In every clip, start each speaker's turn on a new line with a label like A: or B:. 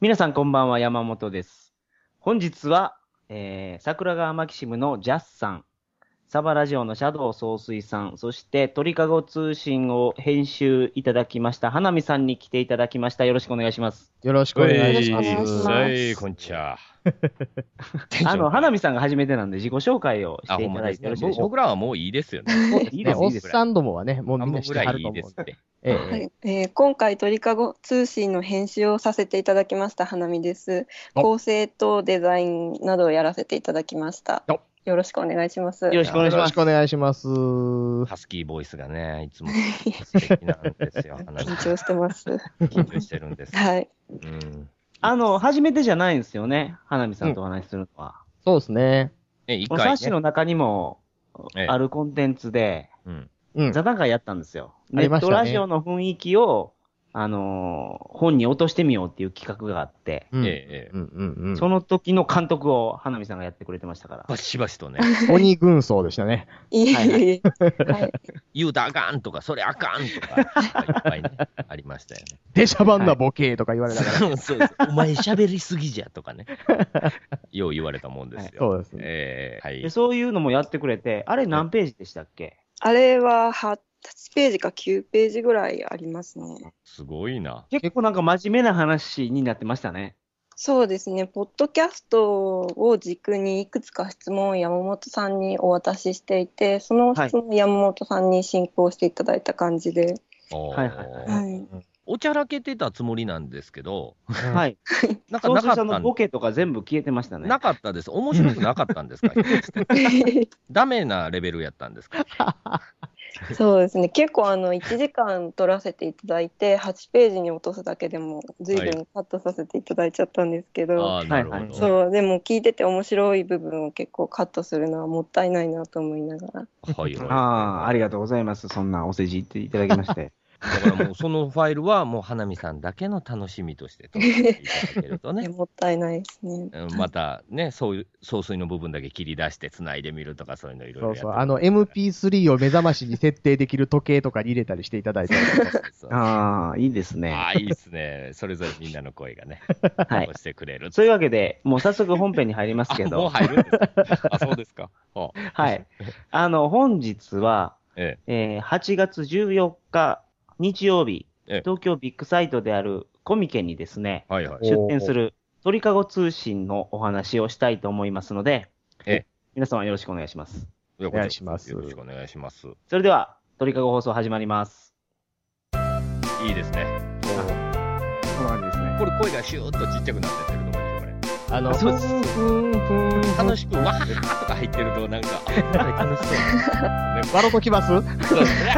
A: 皆さんこんばんは、山本です。本日は、えー、桜川マキシムのジャスさん、サバラジオのシャドウ総帥さん、そして鳥かご通信を編集いただきました、花見さんに来ていただきました。よろしくお願いします。
B: よろしくお
C: お
B: 願い
C: い
B: します。
C: お願いします
D: はい、こんにちは。
A: あの、花
D: 見
A: 見さんが初めてなんで自己紹介をし
D: あ、
A: て
D: ほ
A: い
D: ん
A: た
D: ま
A: だ
D: で
A: い
D: す
A: てよろ
D: ね
A: しい
D: ぼ
A: でしょう
D: 僕
A: か。
D: らはもういいですよね。
A: いい
B: ね
A: です、い
B: お
A: い
B: っ
A: です。
B: さんどもはね、もう
D: あ
B: みん
D: んま
B: な知
D: ぐ
B: っては
D: らい
B: る
D: い
B: と
D: いで
B: 思う
D: す
B: ん
D: っ
B: で。
D: て。
B: え
C: は
B: え
C: い、えー今回鳥かご通信の編集をさせていただきました花見です。
D: お
C: 構成とデザインなどをやらせていただきました
B: お。
C: よろしくお願いします。
A: よろしくお願いし
B: よろ
A: ま
B: し
A: す。
B: くお願いします。
D: ハスキーボイスがね、いつも素敵なんですよ。花見
C: 緊張してます。
D: 緊張してるんです。
C: はい。
D: うん
A: あの、初めてじゃないんですよね。花見さんとお話しするのは。
B: そうですね。
D: え、一
A: この
D: 回
A: 冊子
D: ね。
A: の中にも、
D: ええ
A: あるコンテンツで、
D: うん
B: うん。
A: 座談会やったんですよ。
B: あ
A: ネ
B: り
A: ッ
B: ました
A: ト
B: ね
A: ラジオの雰囲気を、あのー本に落としてみようっていう企画があって、
B: うん
D: ええええ
B: うんうん
A: その時の監督を花見さんがやってくれてましたから。
D: バシバシとね、
B: うん。鬼軍曹でしたね。
C: いえ
A: はいはい
C: いえ。はい。
D: 言うたらあかんとか、それあかんとか、いっぱいね、ありましたよね。
B: 出しゃばんなボケーとか言われたから。
D: そうそうそうお前喋りすぎじゃとかね、よう言われたもんです よ。
B: そうですね。
D: ええは
A: で
D: い。
A: そういうのもやってくれて、あれ何ページでしたっけ
C: あれは8ページか9ページぐらいありますね。
D: すごいな。
A: 結構なんか真面目な話になってましたね。
C: そうですね。ポッドキャストを軸にいくつか質問を山本さんにお渡ししていて、その質問を山本さんに進行していただいた感じで。
D: おー
A: はいはいはい
C: はい
D: おちゃらけてたつもりなんですけど、
B: は。
A: はいい。
D: なんか
A: 総
D: な
A: 帥
D: か
A: さ
D: った
A: ん
D: ん
A: のボケとか全部消えてましたね
D: な。かったです。面白くなかったんで すかダメなレベルやったんですか
C: そうですね結構あの1時間取らせていただいて8ページに落とすだけでも随分カットさせていただいちゃったんですけど、
D: ああ、なるほど。
A: はいはい
C: そうでも聞いてて面白い部分を結構カットするのはもったいないなと思いながら
D: はいはい。
A: ああ、ありがとうございます。そんなお世辞言っていただきまして。
D: だからもうそのファイルはもう花見さんだけの楽しみとして取っていただけると
C: いや
D: ね。
C: もったいないですね。
D: うんまたね、そういう、総帥の部分だけ切り出して繋いでみるとかそういうのいろい
B: そう
D: ろやって
B: そう。あの、MP3 を目覚ましに設定できる時計とかに入れたりしていただい て。
D: そうあ
A: ああ、いいですね。
D: あ、いいですね。それぞれみんなの声がね、
A: はい
D: こ。うしてくれる。
A: そういうわけで、もう早速本編に入りますけ
D: あもう
A: ど、
D: 入るんですか あ、そうですか。あ
A: はい。あの、本日は、
D: え
A: えー8月14日日曜日、
D: ええ
A: 東京ビッグサイトであるコミケにですね、
D: え。はいはい。
A: 出展する鳥かご通信のお話をしたいと思いますので、
D: ええ
A: 皆様よろしくお願いします。
D: お
B: 願いします
D: よろしくお願いします。
A: それでは、鳥かご放送始まります。
D: いいですね。
A: そうなんですね。
D: これ声がシューッとちっちゃくなってってるとこでしょ、これ。
B: あの、
A: そうです
B: ふんふんふん
D: 楽しく、わーとか入ってると、なんか、あ楽しそう。ね、
B: 笑うときます
D: そうですね。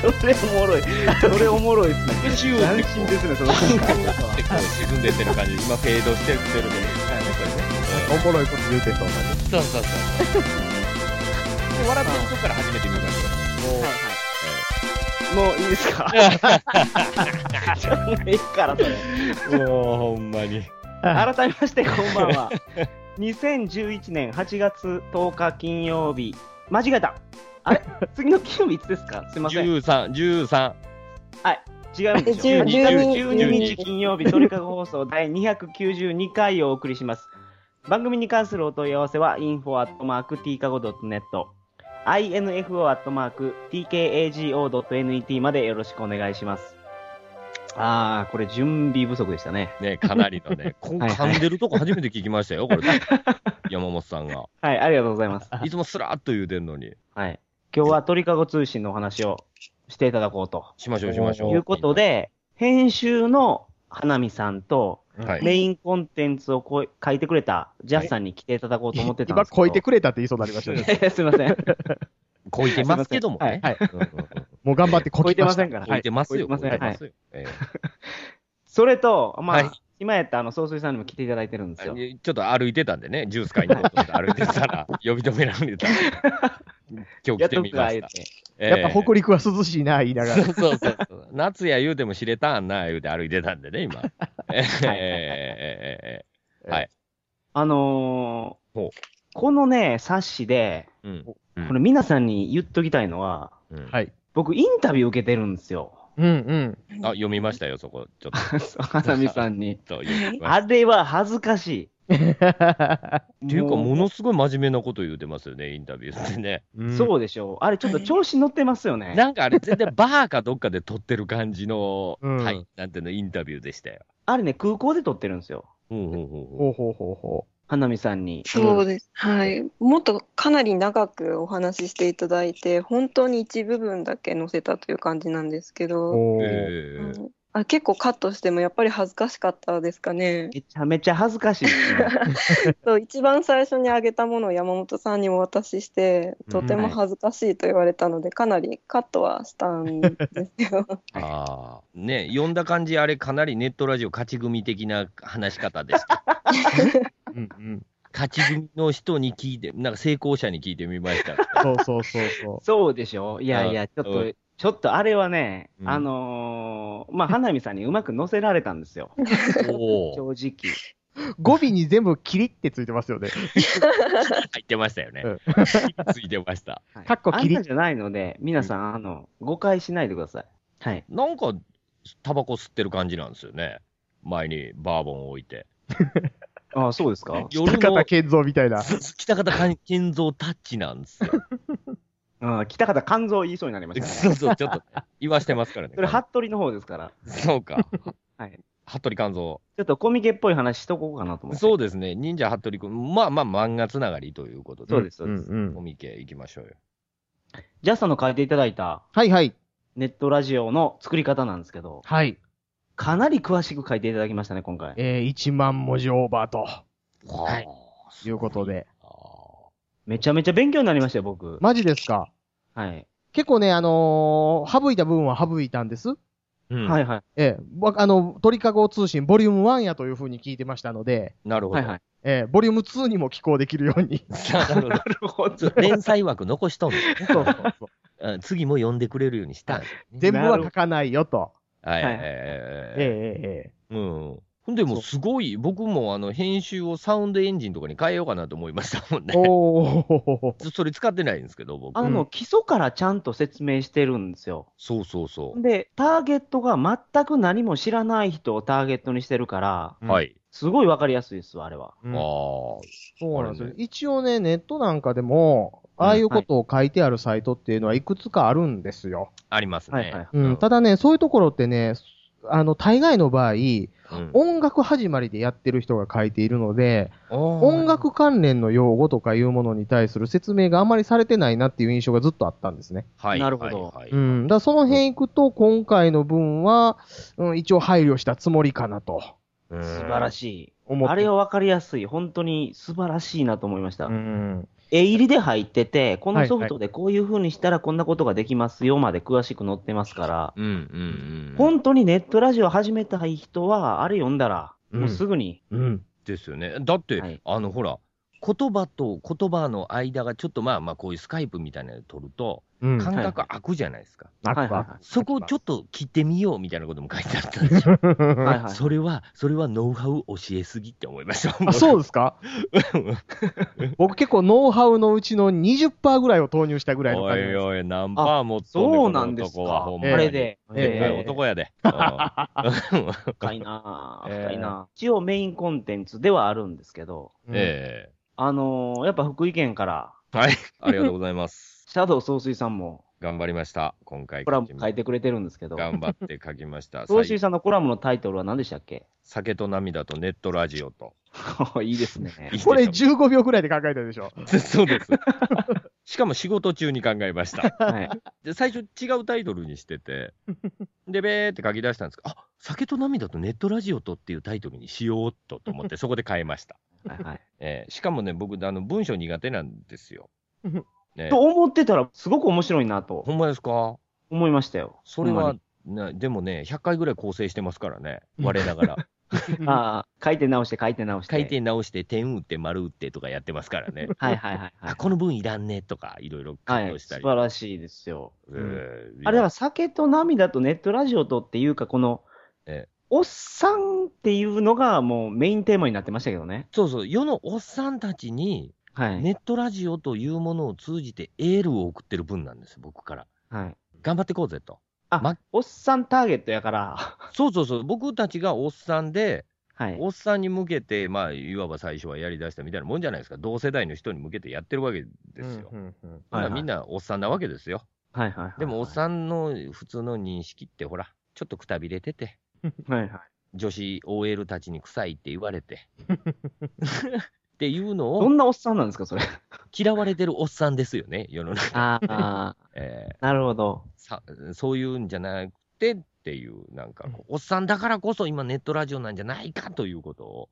A: それおもろい。それおもろいですね。
D: シュー
A: 斬
D: ってこ
A: 新
D: う、
A: ですね、そ の今回のやつは
D: ってこう沈んでってる感じ。今、フェードしてってるけど。
B: おもろいこと言うてそうなんで。
D: そうそうそう。笑ってるとこから始めてみましょう。
A: もういいですかじゃ あもういいから、それ。
D: もう、ほんま に。
A: 改めまして、こんばんは。2011年8月10日金曜日、間違えた。あれ次の金曜日いつですかすいません。違
D: 13、13。
A: うんでしょ
C: 10
A: 12
C: 12
A: 日金曜日、鳥かご放送第292回をお送りします。番組に関するお問い合わせは、info.tkago.net、info.tkago.net までよろしくお願いします。あー、これ準備不足でしたね。
D: ね、かなりのね、こう
A: はいはい
D: 噛んでるとこ初めて聞きましたよ、これ。山本さんが。
A: はい、ありがとうございます。
D: いつもスラーっと言うてんのに。
A: はい。今日は鳥かご通信のお話をしていただこうと。
D: しましょう、しましょう。
A: いうことで、編集の花見さんと、
D: はい。
A: メインコンテンツをこい書いてくれたジャスさんに来ていただこうと思ってたんで
B: 今、
A: すけど。
B: こいてくれたって言いそうになりました ね。
A: れすいません。
D: こいてますけどもね。
B: はい
D: うんうんうん
B: もう頑張ってこ
A: こい
B: き
A: て
B: ま
A: ま
B: し
A: せ
B: た
A: ん。から。
D: こいてますよ。
A: こいてません。
D: こいて
A: は
D: ま
A: い。
D: すよえ
A: それと、ま
D: は
A: あ
D: い、
A: 今やったあの、総帥さんにも来ていただいてるんですよ。
D: えちょっと歩いてたんでね、ジュース買いに行こうと思って歩いてたら、呼び止められた。今日
A: やっ
D: 来
A: てと
D: み
A: く
D: ま
A: か、
D: し。
A: 言ったて。
D: ええ
B: やっぱ北陸は涼しいな、言いなが ら。
D: そうそうそうそう。夏や言うても知れたんな、言うて歩いてたんでね、 今。えええ
A: あのー
D: ほう、
A: このね、冊子で、
D: ええええええうん
A: これ皆さんに言っときたいのは、
D: うん
B: はい。
A: 僕インタビュー受けてるんですよ。
B: うんうん。
D: あ、読みましたよ、そこ。ちょっ
A: 花見さんに。
D: と読みまし
A: あれは恥ずかしい。
D: た。っていうか、ものすごい真面目なこと言うてますよね、インタビューでね。
B: う
A: そうでしょう。あれちょっと調子乗ってますよね。
D: なんかあれ、全然バーかどっかで撮ってる感じの、
B: うん
D: はい、なんていうの、インタビューでしたよ。
A: あれね、空港で撮ってるんですよ。
D: うんうんうんうん
B: ほうほうほうほ
A: 花見さんに。
C: そうです。はい。もっとかなり長くお話ししていただいて、本当に一部分だけ載せたという感じなんですけ
B: う。
C: ど、
B: おー
D: え
C: う
D: ー
C: んあ結構カットしてもやっぱり恥ずかしかったですかね。
A: めちゃめちゃ恥ずかしいですね。
C: そう一番最初にあげたものを山本さんにお渡しして、とても恥ずかしいと言われたので、かなりカットはしたんですけど、
D: ああ。ね、読んだ感じ、あれ、かなりネットラジオ勝ち組的な話し方で した。
B: うんうん。
D: 勝ち組の人に聞いて、なんか成功者に聞いてみました。
B: そうそうそうそ
A: そうでしょいやいや、ちょっ
D: う
A: と、ちょっとあれはね、
D: うん
A: あのーまあ、花見さんにうまく乗せられたんですよ。
D: おお。
A: 正直。
B: う。語尾に全部キリってついてますよね。
D: 入ってましたよね
B: うん。
D: ついてました。
A: はい
B: かっこ
A: あ
B: キ
A: ん
B: リ
A: なじゃないので、皆さん、あの、誤解しないでください。はい。
D: なんか、タバコ吸ってる感じなんですよね。前にバーボン置いて。
A: ああ、そうですか
D: 夜
B: 高
D: の
B: 田、健三みたいな。
D: 北方健三タッチなんです よ。
A: ああ、北方肝臓言いそうになりま した
D: そ
A: ね。
D: うそう、ちょっと、ね、言わしてますからね。
A: それ、服部の方ですから。
D: そうか。
A: はい。
D: 服部勘三。
A: ちょっとコミケっぽい話しとこうかなと思って。
D: そうですね。忍者服部君。まあまあ、漫画つながりということで。
A: そうです、そうです。
B: ん
D: コミケ行きましょうよ。
A: ジャスさんの書いていただいた
B: はいはい。
A: ネットラジオの作り方なんですけど、
B: はい。
A: かなり詳しく書いていただきましたね、今回。
B: えー、1万文字オーバーと
D: はい。
B: いうことで。
A: めちゃめちゃ勉強になりましたよ、僕。
B: マジですか
A: はい。
B: 結構ね、あのー省いた部分は省いたんです。
A: はいいはい。
B: ええ、わあの、鳥かご通信、ボリューム1やというふうに聞いてましたので、
D: なるほ
A: はい
D: ど。
A: はい。
B: ええ、ボリューム2にも寄稿できるように。
D: なるほど。
A: なるほど。
D: 連載枠残しとんのね
B: そうそうそう。
D: うん次も読んでくれるようにしたんですね
B: 全部は書かないよと。
D: はい。
A: はい
D: え
B: ええ
D: え
B: えええ
D: うん。ほんでもうすごい、僕もあの編集をサウンドエンジンとかに変えようかなと思いましたもん
B: え。
D: ね。
B: お ー。
D: それ使ってないんですけど、僕
A: あ。の、基礎からちゃんと説明してるんですよ。
D: そうそうそ
A: で、ターゲットが全く何も知らない人をターゲットにしてるから、
D: う。はい。
A: すごいわかりやすいですわ、あれは。
B: う
D: あ
B: ん
D: あ。
B: そうなんです
D: あ
B: よ
D: れ。
B: 一応ね、ネットなんかでも、ああいうことを書いてあるサイトっていうのはいくつかあるんですよ。
D: あります
A: はいは
D: ね
A: い。
B: うん、ただね、そういうところってね、あの、大概の場合、
D: うん
B: 音楽始まりでやってる人が書いているので、音
D: 音
B: 楽関連の用語とかいうものに対する説明があまりされてないなっていう印象がずっとあったんですね。
D: はい。
A: なるほど
D: はいは
B: う
D: い
B: ん。だからその辺行くと、今回の分は、うん、一応配慮したつもりかなと
D: うん
A: 素晴らしい。
B: 思って。
A: あれはわかりやすい。本当に素晴らしいなと思いました。
B: うん。
A: 絵入りで入ってて、こ
B: は
A: の
B: いは
A: ソ
B: い
A: フトでこういう風にしたらこんなことができますよまで詳しく載ってますから、
D: うんうんうん。
A: 本当にネットラジオ始めたい人は、あれ読んだら、
B: うん
A: もうすぐに、
B: うん。
D: ですよね。だって、
A: はい
D: あのほら、言葉と言葉の間がちょっとまあまあこういうスカイプみたいなので撮ると、
B: うん。
D: 感覚空くじゃないですか。
B: なんか
A: はいはいはい
D: そこをちょっと切ってみようみたいなことも書いてあったんですよ。
A: はいはい
D: それは、それはノウハウ教えすぎって思いました。
B: あ、そうですか 僕結構ノウハウのうちの20%ぐらいを投入したぐらいの
D: お
B: 感じ
D: い
B: です。
D: おい、ナンバー持っとんねん
A: そうなんです
D: この男は
A: か。
D: ほ
A: あ
D: んまに
A: れで。
B: ええ
D: でっかい
B: ええ
D: 男や で。
A: 深いなぁ、
B: えー
A: 深いなぁ一応メインコンテンツではあるんですけど、
D: うんえ
A: あのーやっぱ福井県から、
D: えはい。ありがとうございます。
A: シャドウ総帥さんも
D: 頑張りました。今回
A: コラム
D: 書きま
A: 書いてくれてるんですけど、
D: 頑張って書きました。
A: 総帥さんのコラムのタイトルは何でしたっけ
D: 酒と涙とネットラジオと。
A: いいですね。
D: いいでしょ
B: これ15秒ぐらいで考えたでしょ。
D: そうです。しかも仕事中に考えました。
A: はい、
D: で最初違うタイトルにしてて、で、べーって書き出したんですけど、あ酒と涙とネットラジオとっていうタイトルにしようっとと思って、そこで変えました。
A: はいはい。
D: えーしかもね、僕、あの文章苦手なんですよ。ね
A: と、思ってたら、すごく面白いなと
D: ほんまですか
A: 思いましたよ。
D: それ
A: ほんま
D: は
A: に、
D: なでもね、100回ぐらい構成してますからね、我な がら。
A: ああ、書いて直して、書いて直して。
D: 回転直して、点打って、丸打ってとかやってますからね。
A: はいはいはい、は
D: あ
A: い。
D: この分いらんねとか、いろいろ感
A: は
D: 動
A: い、
D: し
A: 素
D: たり。
A: 晴らしいですよ。
D: えー
A: あれは酒と涙とネットラジオとっていうか、この、
D: ええ
A: おっさんっていうのがもうメインテーマになってましたけどね。
D: そうそう、世のおっさんたちに、
A: はい。
D: ネットラジオというものを通じてエールを送ってる分なんです、僕から。
A: はい。
D: 頑張っていこうぜと。
A: あ
D: ま、
A: おっさんターゲットやから。
D: そうそうそう、僕たちがおっさんで、
A: はい。
D: おっさんに向けて、まあ、いわば最初はやりだしたみたいなもんじゃないですか、同世代の人に向けてやってるわけですよ。
B: うんうんうん
D: まあ
A: はいはい
D: みんなおっさんなわけですよ。
A: はいはいはい。
D: でも、おっさんの普通の認識って、ほら、ちょっとくたびれてて、
A: ん。はいはい。
D: 女子 OL たちに臭いって言わ れて。っていうの
A: ど
D: を
A: んなおっさんなんですか、そ れ。
D: 嫌われてるおっさんですよね、世の中。
A: ああ、
D: えー
A: なるほど。
D: さそういうんじゃなくてっていう、なんかこう、おっさんだからこそ今ネットラジオなんじゃないかということを、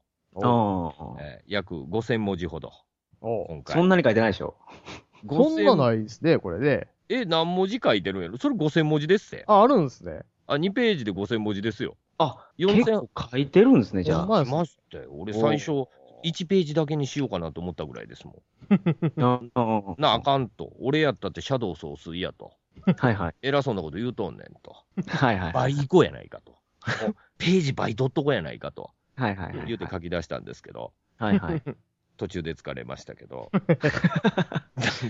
A: うん
D: えー約5000文字ほど、
B: おう
D: 今回。
A: そんなに書いてないでしょ。
B: そんな
D: 5000
B: ないですね、これね。
D: え、何文字書いてるんやろそれ5000文字ですって。
B: あ、あるんですね。
D: あ、2ページで5000文字ですよ。
A: あ、
D: 4000
A: 結構書いてるんですね、じゃ
B: ほん
A: あ。
B: ま
D: 来
B: ですね
D: ましたよ。俺最初、1ページだけにしようかなと思ったぐらいですも
A: う
D: ん。
A: んうんうん
D: なあ、あかんと。俺やったってシャドウ総帥やと。
A: はいはい。
D: 偉そうなこと言うとんねんと。
A: はいはい。
D: 倍以降やないかと。 ページ倍取っとこやないかと。
A: はいはいはい。
D: 言うて書き出したんですけど、
A: はい はい。
D: 途中で疲れましたけ ど。なん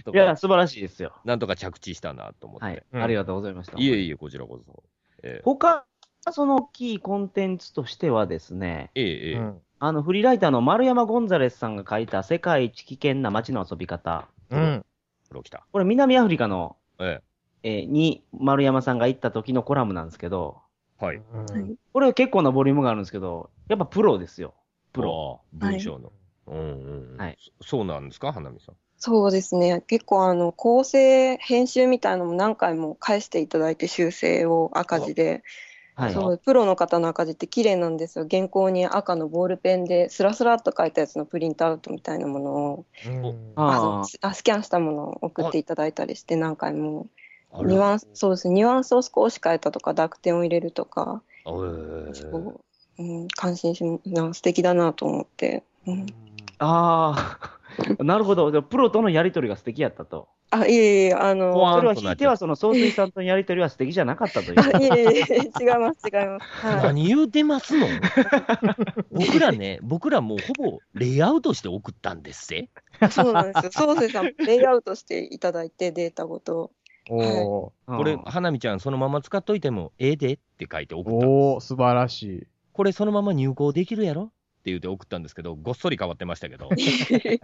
D: と
A: いや、
D: か、
A: 素晴らしいですよ。
D: なんとか着地したなと思って。
A: はいい。
B: うん
A: ありがとうございました。
D: えいえ、こちらこそ。えー
A: 他、その大きいコンテンツとしてはですね、
D: ええええ
B: うん
A: あの、フリーライターの丸山ゴンザレスさんが書いた世界一危険な街の遊び方。
B: うん。
D: これ来た。
A: これ南アフリカの、
D: え
A: えーに丸山さんが行った時のコラムなんですけど、
D: えはい。
B: うん
A: これ結構なボリュームがあるんですけど、やっぱプロですよ。プロ。
D: ロ。文章の。うんうんうん。
A: はい
D: そそうなんですか、花見さん。
C: そうですね結構あの構成編集みたいのも何回も返していただいて修正を赤字で、
A: はい。
C: そうプロの方の赤字って綺麗なんですよ原稿に赤のボールペンでスラスラっと書いたやつのプリントアウトみたいなものを
B: うん
A: あ
C: あのあスキャンしたものを送っていただいたりして何回も
D: あ
C: ニュアンスそうですねニュアンスを少し変えたとか濁点を入れるとか、
D: ええ
C: そううん、感心しな素敵だなと思って、うん、
A: ああ、 なるほど。でプロとのやりとりが素敵やったと。
C: あいえいえあの
D: 怖あー
A: それは引いては、その総帥さんとのやりとりは素敵じゃなかった という。
C: あいえいえ違います違います、はい、
D: 何言うてま すの僕らね、僕らもうほぼレイアウトして送ったんですぜ。
C: そうなんですよ。ソーセさん、レイアウトしていただいて、データご と。
B: おー
A: うん
D: これ、花見ちゃん、そのまま使っといてもええでって書いて送ったん
B: お
D: で
B: ー、
D: す。
B: 素晴らしい。
D: これ、そのまま入稿できるやろって言って送ったんですけど、ごっそり変わってましたけど、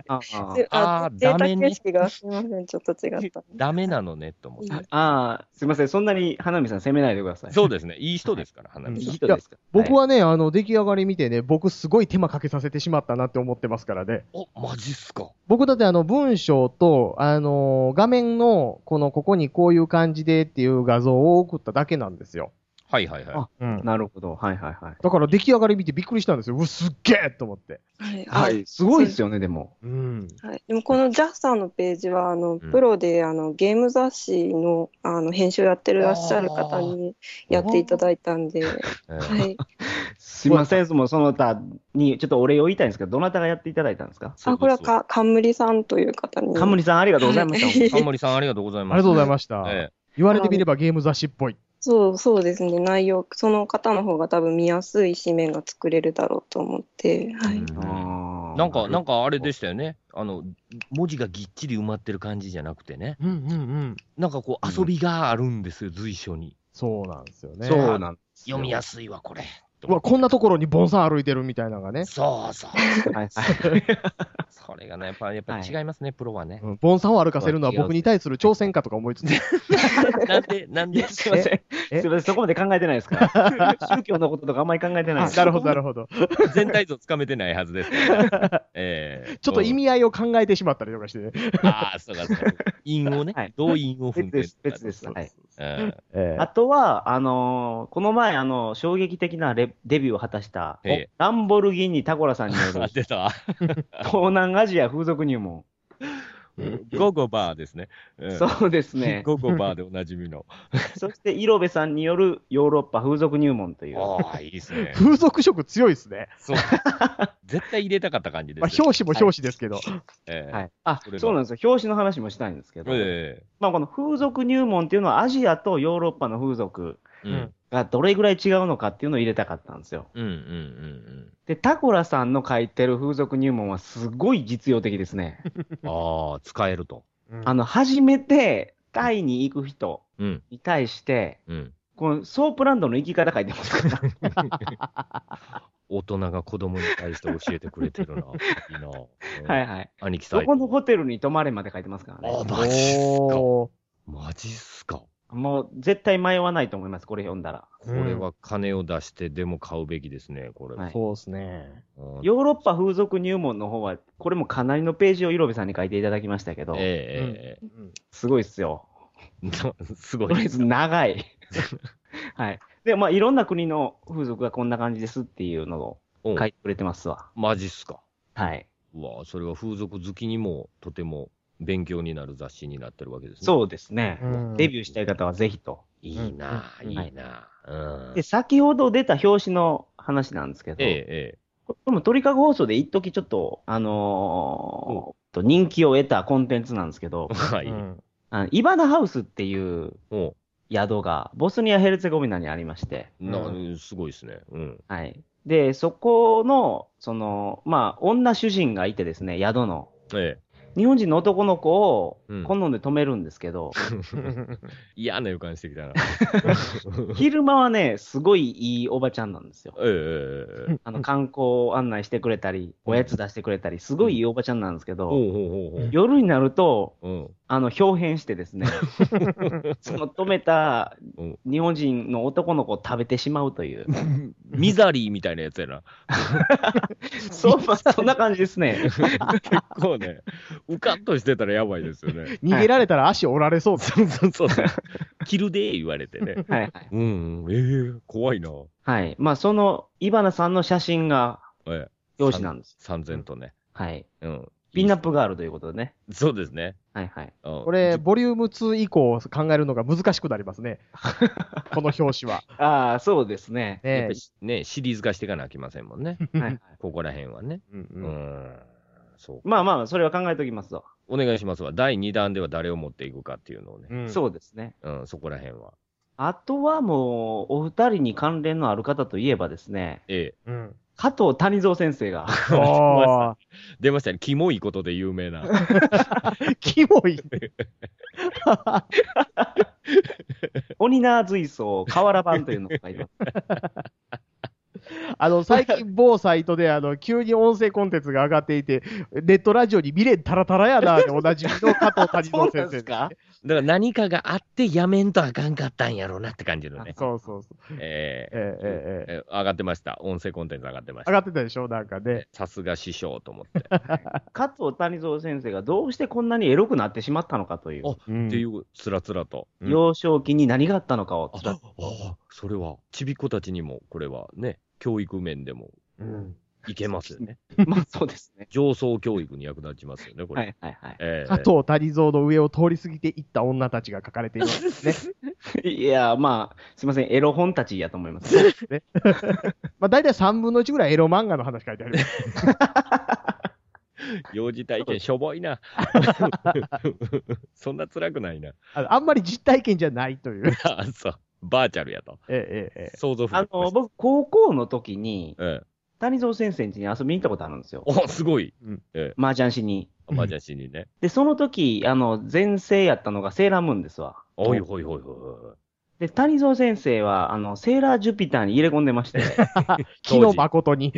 A: あー
D: あー
C: デー
D: ダ
C: タ
D: メね
C: 形式が、すみません、ちょっと違った。
D: ダメなのねと 思っ
C: いい
D: て。
A: あー、すいません。そんなに花見さん責めないでください。。
D: そううですね、いい人ですから、花見
A: い
D: さ
A: い
D: ん。
A: 人ですか。
B: 僕はね、あの、出来上がり見てね、僕すごい手間かけさせてしまったなって思ってますからね。
D: お、マジっすか。
B: 僕だってあの、文章と、あのー画面の、この、ここにこういう感じでっていう画像を送っただけなんですよ。
D: はいはいはい
A: あ。はいなるほど。はいはいはい。
B: だから出来上がり見てびっくりしたんですよ。うわ、すっげえと思って。
C: はい。あ
A: はい。すごいですよね、でも。
B: うん。
C: はい、でもこのジャスさんのページはあの
D: ん
C: プロであのゲーム雑誌のあの編集をやってらっしゃる方にやっていただいたんで、は
D: ええ
C: い、
A: すいません。そのその他にちょっとお礼を言いたいんですけど、どなたがやっていただいたんですか
D: そう
C: あこれは
D: そう
C: か冠さんという方に
A: カムリさん、ありがとうございま
D: そう
A: した。
D: かんまりさん、ありがとうござい
B: あり
D: ます。
B: がとうござい
D: す。
B: ました。
D: え
B: 言われてみればゲーム雑誌っぽい。
C: そうそうですね内容その方の方が多分見やすい紙面が作れるだろうと思って、はい
D: うん
A: あー
D: なんか、なんかあれでしたよね。あの、文字がぎっちり埋まってる感じじゃなくてね。
B: うんうんうん。
D: なんかこう
A: うん
D: 遊びがあるんですよ、随所に。
B: そうなんですよね。
A: そうなんですよ。
D: 読みやすいわ、これ。
B: うわ、こんなところにボンさん歩いてるみたいなのがね。
D: そうそう。
A: はいはい
D: それがね、やっぱ、やっぱ
A: はい
D: 違いますね、プロ はね
B: う。んボンさんを歩かせるのは僕に対する挑戦かとか思いつつ。
D: なんで、なんで、す
A: すい
D: いま
A: ま
D: せ
A: せ
D: ん。
A: ん。す
B: え
A: いません。そこまで考えてないですから。 宗教のこととかあんまり考えてない
B: あ
A: です。
B: なるほど、なるほど。
D: 全体像つかめてないはずです から。ええ
B: ちょっと意味合いを考えてしまったりとかしてね。
D: うんああ、そうか、そうか。韻をね、
A: はい
D: どう韻を踏ん
A: 別
D: で
A: です、別です。はい。
D: うん
B: え
A: あとは、あのーこの前、あの、衝撃的なレデビューを果たした
D: ええ、
A: ランボルギーニ・タコラさんによ
D: あ、
A: る、
D: 出た。
A: 東南アジア風俗入門。
D: ゴゴバーですね。うん
A: そうですね。
D: ゴゴバーでおなじみの。
A: そして、イロベさんによるヨーロッパ風俗入門という。
D: ああ、いいですね。
B: 風俗色強いですね。
D: そう。絶対入れたかった感じです
B: ま
D: よ。
B: あ、表紙も表紙ですけど。
D: ええ
A: はい、あ
D: それが
A: そうなんですよ。表紙の話もしたいんですけど、
D: え
A: まあ、この風俗入門っていうのはアジアとヨーロッパの風俗
D: えうん
A: がどれぐらい違うのかっていうのを入れたかったんですよ。
D: うんうんうん
A: で、タコラさんの書いてる風俗入門はすごい実用的ですね。
D: うん。ああ、使えると。
A: あの、初めてタイに行く人
D: うん
A: に対して、
D: うん。
A: このソープランドの生き方書いてますから。
D: 大人が子供に対して教えてくれてるな。いいな。うん
A: はいはい。
D: 兄貴さ
A: ど
D: ん。
A: このホテルに泊まれまで書いてますから
D: あ、
A: ね。
D: マジっすか。
B: おー
D: マジっすか。
A: もう絶対迷わないと思います、これ読んだら。
D: これは金を出してでも買うべきですね、これ。
A: はい
B: そうですね。
D: うん
A: ヨーロッパ風俗入門の方は、これもかなりのページを色部さんに書いていただきましたけど、
D: えええ
A: すごいっすよ。
D: えなすご
A: とりあ
D: い
A: え。ず長い。はい。で、まあ、いろんな国の風俗がこんな感じですっていうのを
D: うん
A: 書いてくれてますわ。
D: マジっすか。
A: はい。
D: うわあそれは風俗好きにもとても勉強になる雑誌になってるわけですね。う。
A: そうですね。
B: うん
A: デビューしたい方はぜひと。
D: いいなあ、
B: うん
D: いいなあ。うん。
A: で、先ほど出た表紙の話なんですけど、
D: えええ
A: これも鳥かご放送で一時ちょっと、あのーと人気を得たコンテンツなんですけど
D: え。、はい。
B: うん
A: あのイバナハウスっていう
D: お
A: 宿が、ボスニア・ヘルツェゴビナにありまして、
D: なすごいですね。うん。
A: はい。で、そこの、その、まあ、女主人がいてですね、宿の。
D: ええ。
A: 日本人の男の子を
D: うん
A: 好んで止めるんですけど、
D: 嫌な予感してきたな。
A: 昼間はね、すごいいいおばちゃんなんですよ。
D: ええええええ。
A: あの観光案内してくれたり、おやつ出してくれたり、すごいいいおばちゃんなんですけ
D: ほ
A: ど、
D: うほうほうほう。
A: 夜になると、
D: うん。
A: あの、表変してです ね、その止めた
D: うん
A: 日本人の男の子を食べてしまうと いう、
D: ミザリーみたいなやつやな。
A: そう、まあ、そんな感じですね。
D: こうね、うかっとしてたらやばいですよね。
B: 逃げられたら足折られそうです。
D: そう そうそう。キルで言われてね。
A: はいはい。
D: うん、ええ怖いな。
A: はい。まあ、その、イバナさんの写真が
D: ええ、
A: 表紙なんです。
D: 三千とね。
A: はい。
D: うん。
A: ピンナップガールということでね。
D: そうですね。
A: はいはい。
D: こ
B: これ、、ボリューム2以降考えるのが難しくなりますね。この表紙は。
A: ああ、そうですね。
D: やっ
B: ね
D: ぱしね、シリーズ化していかなきゃいけませんもんね。
A: はいはい。
D: ここら辺はね。
B: うん
D: う
B: うん
D: ん。そう。
A: まあまあ、それは考えておきますわ。
D: お願いしますわ。第2弾では誰を持っていくかっていうのをね。
B: うん
A: そうですね。
D: うん、そこら辺は。
A: あとはもう、お二人に関連のある方といえばですね、
D: ええ。
B: うん。
A: 加藤谷蔵先生が、
B: あ
D: 出ましたね。キモいことで有名な。
B: あ、キモい。
A: 鬼縄随想河原版というのを書いてます。
B: あの、最近某サイトで、あの、急に音声コンテンツが上がっていて、ネットラジオに未練タラタラやな、でおなじみの加藤 谷
A: そう
B: 蔵
A: なん
B: 先
A: で
B: 生
A: す。か
D: だから何かがあってやめんとあかんかったんやろうなって感じのね。
B: そうそうそう。
D: え
B: え
D: え
B: ええええ
D: ええ上がってました。音声コンテンツ上がってま
B: え
D: し
B: 上が
D: た。
B: ってたでしょなんかね。
D: さすが師匠と思って。
A: 加藤谷蔵先生がどうしてこんなにエロくなってしまったのかという
D: お、
B: うん
D: っていう、つらつらと。うん
A: 幼少期に何があったのかを
D: あ
A: 伝え、
D: あそれは、ちびっ子たちにも、これはね、教育面でも
B: うん
D: いけますよね。
A: まあそうですね。
D: 上層教育に役立ちますよね、これ。
A: はいはいはい。
D: ええ
B: 加藤谷蔵の上を通り過ぎていった女たちが書か れています。
A: いや、まあ、すいません、エロ本たちやと思います。はい
B: まあ、大体3分の1ぐらいエロ漫画の話書いて ある。
D: 幼児体験、しょぼいな。 そんな辛くないな。
B: あのあんまり実体験じゃない という。
D: あそう。バーチャルやと。
B: えええええ
D: 想像不
A: あの、 僕、高校の時に、
D: ええ。
A: 谷蔵先生の家に遊びに行ったことあるんですよ。
D: お、すごい。
A: 麻雀しに。
D: マジャシにね。
A: で、その時、あの、前世やったのがセーラームーンですわ。
D: おいほいほいほいほ
A: で、谷蔵先生は、あの、セーラージュピターに入れ込んでま して。
B: え。木の 誠に。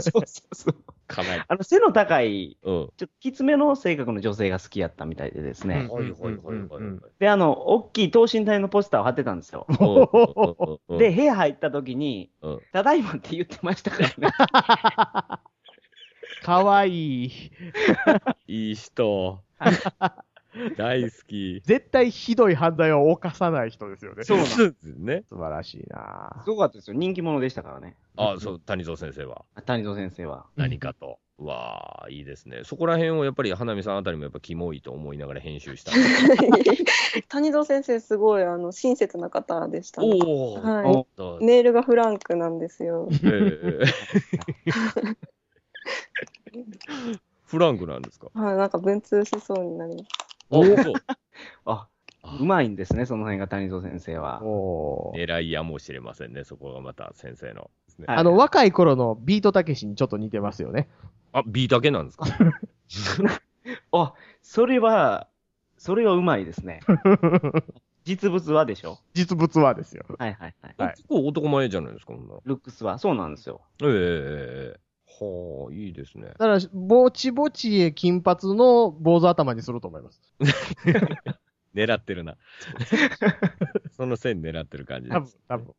A: そうそうそう。
D: い。かなり。
A: あの、背の高い、
D: うん。
A: ちょっときつめの性格の女性が好きやったみたいでですね。
D: ほいほいほいほい
B: うんうん
A: で、あの、大きい等身大のポスターを貼ってたんですよ。
D: ほい。
A: で、、部屋入った時に、
D: うん
A: ただいまって言ってましたからね。
B: かわいい。
D: いい人。大好き。
B: 絶対ひどい犯罪を犯さない人ですよね。
A: そうなん
D: ですね。
B: 素晴らしいな
A: すごかったですよ。人気者でしたからね。
D: あ、そう、谷蔵先生は。
A: 谷蔵先生は。
D: 何かと。わあ、いいですね。そこら辺をやっぱり花見さんあたりもやっぱキモいと思いながら編集した。
C: 谷蔵先生すごいあの親切な方でしたね。
D: おお、
C: はい
A: お
D: どう
C: メールがフランクなんですよ。
D: ええフランクなんですか
C: はい、なんか文通しそうになります。
D: おそう。
A: あ
D: あ、
A: うまいんですね、その辺が谷蔵先生は。
B: おー
D: 狙いやもしれませんね。そこがまた先生の。
A: はい
B: あ の、若い頃のビートたけしにちょっと似てますよね。
D: あ、B だけなんですか
A: あ、それは、それはうまいですね。実物はでしょ
B: 実物はですよ。
A: はいはいはい。
B: はい
D: 結構男前じゃないですか、ほんなら。
A: ルックスは、そうなんですよ。
D: ええええはあ、いいですね。
B: だから、ぼちぼち金髪の坊主頭にすると思います。
D: 狙って るな。その線狙ってる感じで
B: 多分
D: す。、
B: 多分。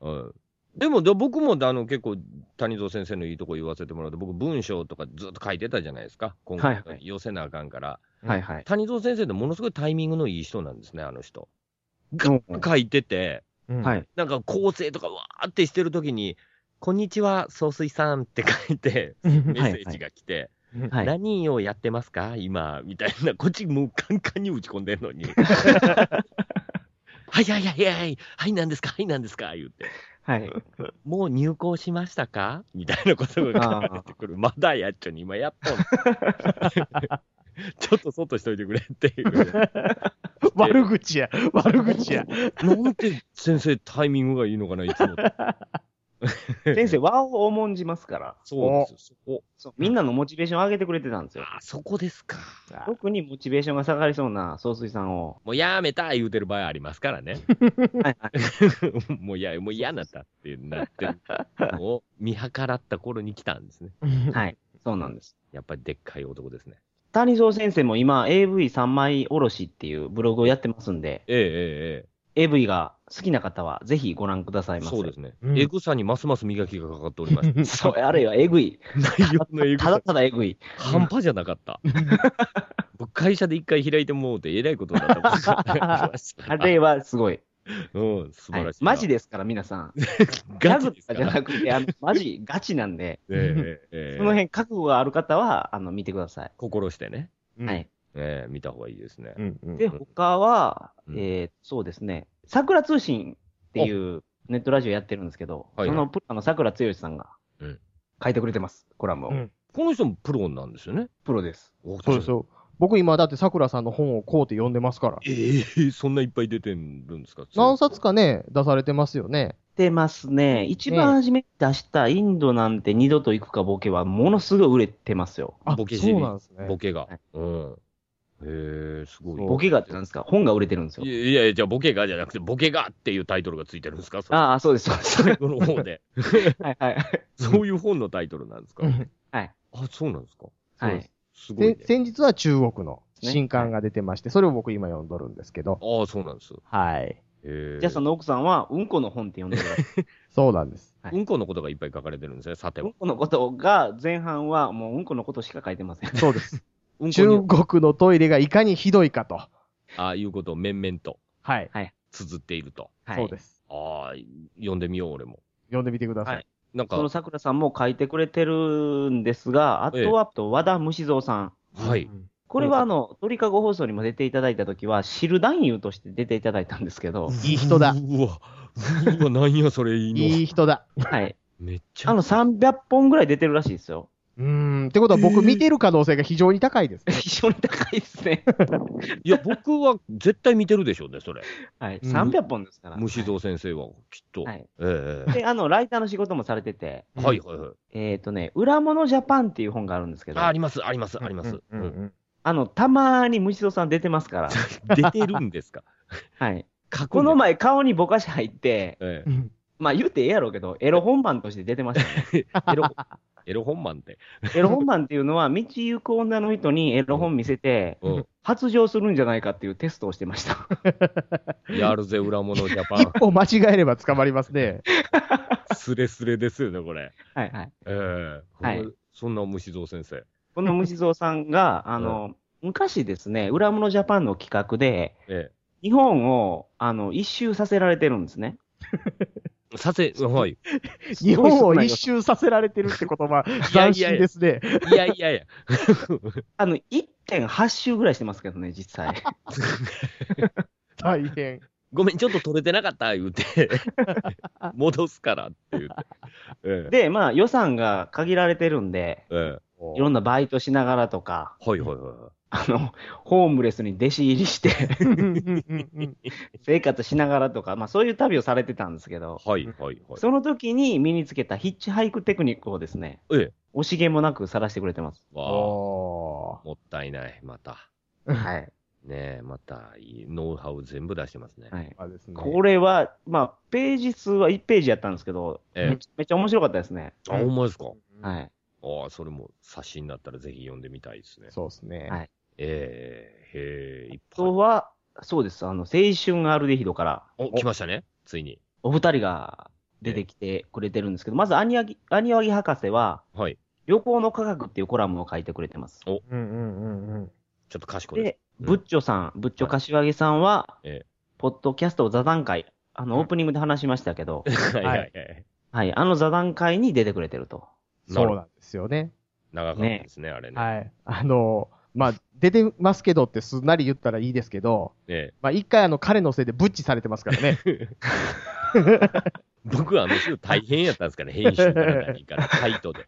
D: うんでも、で僕もあの結構、谷蔵先生のいいとこ言わせてもらって、僕、文章とかずっと書いてたじゃないですか、今
A: はいはい
D: 寄せなあかんから、
A: はいはい。
D: 谷蔵先生ってものすごいタイミングのいい人なんですね、あの人。
A: うん
D: 書いてて、
B: うん
A: はい。
D: なんか構成とかわーってしてるときに、こんにちは、総帥さんって書いて、メッセージが来て、
A: はい。
D: 何をやってますか今、みたいな。こっちもうカンカンに打ち込んでんのに。はいはいはいはい、はい、なんですか、はい、なんですか、言って。
A: はい。
D: もう入校しましたかみたいなことが書かれてくる。まだやっちょに今やっとんのちょっとそっとしといてくれっていう。
B: 悪口や、悪口や。
D: なんて先生タイミングがいいのかな、いつも。
A: 先生、和を重んじますから、
D: そうですよ。そこ。
A: そうみんなのモチベーション上げてくれてたんですよ。
D: あー、そこですか。
A: 特にモチベーションが下がりそうな総帥さんを。
D: もうやめた言うてる場合ありますからね。
A: はいはい。
D: もういや、もう嫌なったってなってるのを見計らった頃に来たんですね。
A: はい。そうなんです。
D: やっぱりでっかい男ですね。
A: 谷蔵先生も今 AV3 枚おろしっていうブログをやってますんで、
D: えええええ
A: AV が好きな方はぜひご覧ください
D: え。
A: ませ。
D: そうですね。
B: うん
D: エグさにますます磨きがかかっておりました。
A: そう、あれはえぐい。
D: 内容のエグ
A: ただ
D: さ、
A: ただえぐい。
D: 半端じゃなかった。僕会社で一回開いてもうて、えらいことになったことがありました
A: あれはすごい。
D: うん、素
A: はい
D: 晴らしいな。
A: マジですから、皆さん。ギ
D: ガ
A: ャ
D: チ
A: グ
D: で
A: と
D: す
A: か
D: か
A: じゃ
D: ら。
A: なくて、あの、マジガチなんで、
D: ええ ええええ
A: その辺覚悟がある方は、あの、見てください。
D: 心してね、
A: は
B: はい。
A: い。
D: ええ見た方がいいですね。
B: うんうん
A: で、他は、
D: うん
A: えーそうですね、桜通信っていうネットラジオやってるんですけど、
D: はい
A: そ
D: はい
A: のプロの桜剛さんが
D: うん
A: 書いてくれてます、コラムを。
B: うん
D: この人もプロなんですよね。
A: プロです。
B: そうですよ。僕今だって桜さんの本をこうって読んでますから。
D: ええそんないっぱい出てるんですか
B: 何冊かね、出されてますよね。
A: 出ますね。一番初めに出したインドなんて二度と行くかボケは、ものすごい売れてますよ。
B: あ
D: ボケ、尻
B: そうなんですね
D: ボ。ケが
A: はい。
D: うん。へえ、すごい。
A: ボケがってなんですか本が売れてるんですよ
D: い。やいやいや、じゃあボケがじゃなくて、ボケがっていうタイトルがついてるんですかそれ
A: ああ、そうです、そうです。
D: 最後の方 で。
A: はいはい。
D: そういう本のタイトルなんですか
B: うん
A: はい。
D: あ、そうなんですか
A: は
B: そうで
A: い
B: す。
D: すごい、ね
B: で。先日は中国の新刊が出てまして、それを僕今読んどるんですけど。
D: ああ、そうなんです。
B: はい。
D: へえ。
A: じゃあその奥さんは、 うんこの本って呼んでください。
B: そうなん です。
A: はい
D: うんこのことがいっぱい書かれてるんですね、さて
A: う
D: は
A: ん。このことが、前半はもううんこのことしか書いてま せん。
B: そうです。
D: うんこ
B: 中
D: に、
B: 国のトイレがいかにひどいかと。
D: ああいうことを面々と
B: はい。
D: 綴っていると。
A: はい。
B: そうです。
D: ああ、読んでみよう、俺も。
B: 読んでみてくださ。
A: はい
D: なん
A: その
D: か、
A: 桜さんも書いてくれてるんですが、あ
D: ええ
A: とは、あと和田虫蔵さん。
D: はい。
A: これはあの、鳥かご放送にも出ていただいたときは、知る男優として出ていただいたんですけ ど、
B: いい人だ
D: う。わ、うわ、なんや、それいいの。
B: いい人だ。
A: はい。
D: めっちゃ。
A: あの、300本ぐらい出てるらしいですよ。
B: うーん。ってことは僕見てる可能性が非常に高いです。
A: 非常に高いですね。
D: いや、僕は絶対見てるでしょうね、それ。
A: はい。
B: うん
A: 300本ですから。
D: 虫蔵先生は、きっと。
A: はい。
D: ええ
A: で、あの、ライターの仕事もされてて、
D: はいはいはい。
A: えっ、とね、裏物ジャパンっていう本があるんですけど、
D: あ、あ
A: あ
D: ります、あります、あります。
B: うんうん
D: うん
B: うん
A: の、たまーに虫蔵さん出てますから、
D: 出てるんですか
A: はい。
D: 過去
A: この
D: に。
A: 前顔にぼかし入って、
D: え
B: うん
A: まあ言うてええやろうけど、エロ本番として出てました ね。
D: えエロ、エロ本マンって。
A: エロ本番っていうのは、道行く女の人にエロ本見せて、
D: うん。
A: 発情するんじゃないかっていうテストをしてました。
D: やるぜ、裏物ジャパ
B: 一
D: ン。
B: 歩間違えれば捕まりますね。
D: スレスレですよね、これ。
A: はいはい。
D: ええ
A: はい
D: そんな虫蔵先生。
A: この虫蔵さんが、あの、昔ですね、裏物ジャパンの企画で、
D: え
A: 日本を、あの、一周させられてるんですね。
D: え。さて、はい。
B: 日本を一周させられてるって言 葉、斬新ですね。
D: いやいやいや。
A: あの、1.8周ぐらいしてますけどね、実 際。
B: 大変。
D: ごめん、ちょっと取れてなかった、言うて。 戻すからって言って。ええ
A: で、まあ予算が限られてるんで、
D: ええ
A: いろんなバイトしながらとか、
D: はいはいはいはい。
A: あの、ホームレスに弟子入りして、
B: うんうんうんうん
A: 生活しながらとか、まあそういう旅をされてたんですけど、
D: はいはいはい。
A: その時に身につけたヒッチハイクテクニックをですね、
D: ええ。
A: 惜しげもなく晒してくれてます。
D: わあ、
B: お
D: もったいない、また。
A: はい。
D: ねえ、またいい、ノウハウ全部出してますね。
A: はい。
B: まあですね。
A: これは、まあ、ページ数は1ページやったんですけど、
D: え
A: めっちゃ面白かったですね。
D: え、あ、ほんまですか。
A: はい。
D: ああ、それも冊子になったらぜひ読んでみたいですね。
B: そうですね。
A: はい
D: ええへえ、いっ
A: あ
D: ぱい
A: と。は、そうです。あの、青春アルデヒドから、
D: お、来ましたね。ついに。
A: お二人が出てきてくれてるんですけど、まずアニワギ、アニワギ博士は、
D: はい。
A: 旅行の科学っていうコラムを書いてくれてます。
B: うんうんうんうん。
D: ちょっと賢いです。
A: で、
D: うん
A: ブッチョさん、ブッチョ柏木さんは、
D: ええ
A: ポッドキャスト座談会、あ
B: う
A: の、
B: ん
A: オープニングで話しましたけ ど、
D: はいは
B: は
D: いはい。
A: はい、あの座談会に出てくれてると。
D: な
B: そ
D: る
B: う
D: ほど
B: なんですよね。
D: 長かったですね、あれね。
B: はい。あの、まあ、出てますけどってすんなり言ったらいいですけど、
D: ええ
B: まあ、一回あの、彼のせいでブッチされてますからね。
D: 僕はあの週大変やったんですから、編集から何から、タイトで。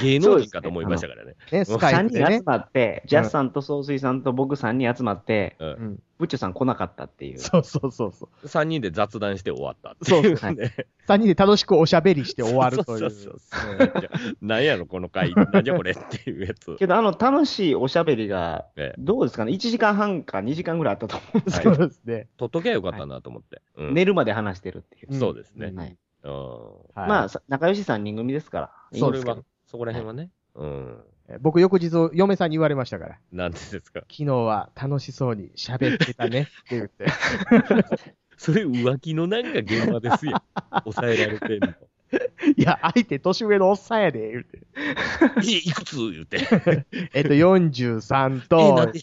D: 芸能人かと思いましたからね。
B: ね、 スカ
A: 3
B: イプで
A: 人集
B: ね。
A: まって、ジャスさんと総水さんと僕3人集まって、
D: うん
B: うん。
A: ブッチョさん来なかったっていう。
B: そうそうそうそう。
D: 3人で雑談して終わったって
B: そう
D: い
B: で
D: う
B: す
A: ね
D: ね。
B: 三人で楽しくおしゃべりして終わるとい
D: そう
B: う。
D: そう なんやろ、この回。なんじゃこれっていうやつ。
A: けど、あの、楽しいおしゃべりが
D: ええ、
A: どうですかね ?1 時間半か2時間ぐらいあったと思うんですけど、
B: そうですね。
D: 撮っときゃよかったなと思って。うん
A: 寝るまで話してるっていう。
B: うん
D: そうですね。
B: ん
A: はい
D: うん。
B: はい
A: まあ、さ仲良し3人組ですから。いい
D: そ
A: んで
D: れ
A: すけど
D: は、そこら辺はね。うん。
B: え僕翌日嫁さんに言われましたから。
D: なんでですか。
B: 昨日は楽しそうに喋ってた ねって言って。
D: それ浮気のなんか現場ですよ。抑えられてんの。
B: いや、相手年上のおっさんやで、言って。
D: いいくつ言うて。
B: えっ と、43
D: えなん
B: と、
D: で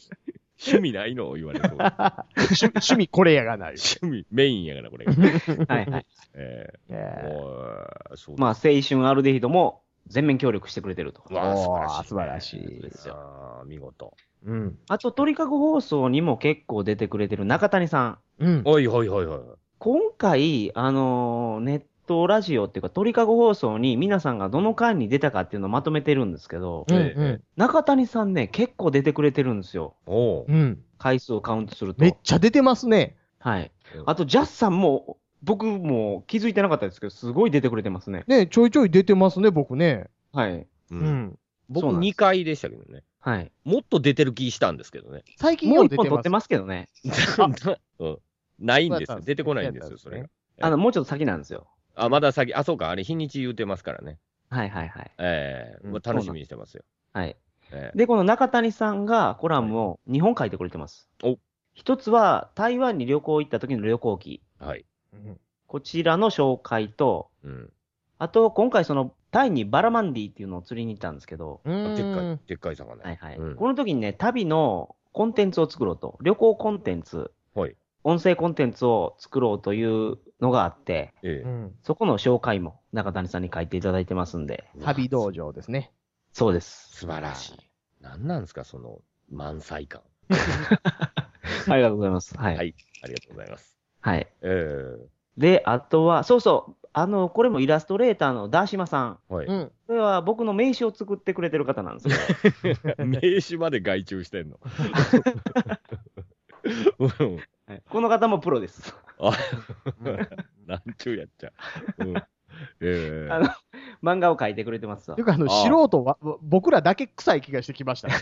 D: 趣味ないの言われると。
B: 趣趣味これやがない。
D: 趣味、メインやから、これが。
A: はいはい。
D: え え
B: え
D: おーそう
A: まあ、青春アルデヒドも全面協力してくれてると。
D: うわあ、素
B: おー
D: 晴らしいね。
B: 素晴らしい
D: ですよ。あー見事。
B: ーうん。
A: あと、鳥かご放送にも結構出てくれてる中谷さん。
B: うん。
D: おいおいおいおい。
A: 今回、あのーネットラジオっていうか、鳥かご放送に皆さんがどの回に出たかっていうのをまとめてるんですけど、
B: うん
D: ええ
B: う
A: 中谷さんね、結構出てくれてるんですよ。
D: おう。
B: ん。うん。
A: 回数をカウントする
B: めっ
A: と。
B: ちゃ出てますね。
A: はい。あ
D: あ
A: と、ジャスさんも、僕も気づいてなかったですけど、すごい出てくれてますね。
B: ね、ちょいちょい出てますね、僕ね。
A: はい。
D: う。
B: うんん。
D: 僕
A: そうなんです
D: 2回でしたけどね。
A: はい。
D: もっと出てる気したんですけどね。
B: 最近
A: も
B: よ
A: う
B: う
A: 一
B: 出
A: 本
B: て
A: 撮っ
B: ま
A: て
B: す。
A: ますけどね。
D: うんないんです
B: そうだったんですね
D: よ。出てこないんですよ、それが。
A: あの、もうちょっと先なんですよ。
D: あ、まだ先、あ、そうか、あれ日にち言うてますからね。
A: はいはいはい。
D: ええ
B: うん
D: まあ楽しみにしてますよ。
A: はい。
D: ええ
A: で、この中谷さんがコラムを2本書いてくれてます。
D: お
A: 一つは、台湾に旅行行った時の旅行記。
D: はい。
B: うん
A: こちらの紹介と、
D: うん。
A: あと、今回その、タイにバラマンディっていうのを釣りに行ったんですけど、
B: う
D: でっか
B: ー
D: い
B: ん。、
D: でっかい魚。
A: はいはい。
D: うん
A: この時にね、旅のコンテンツを作ろうと。旅行コンテンツ。
D: はい
A: 音声コンテンツを作ろうというのがあって、
D: え
B: う
D: え
B: ん
A: そこの紹介も中谷さんに書いていただいてますんで。
B: 旅道場ですね。
A: そうです。
D: 素晴らしい。なんなんですか、その満載感。
A: ありがとうございます。はい。
D: は
A: はい。
D: い。ありがとうございます。ええ
A: で、あとは、そうそう、あの、これもイラストレーターのダーシマさん。
D: はい。
B: うん。
A: これは僕の名刺を作ってくれてる方なんです よ。
D: 名刺まで外注してんの。 うん
A: はいこの方もプロです。
D: あ、なんちゅうやっちゃ。うん。ええ
A: あの漫画を描いてくれてますわ
B: という。か、あの、
D: ああ
B: 素人は、僕らだけ臭い気がしてきましたね。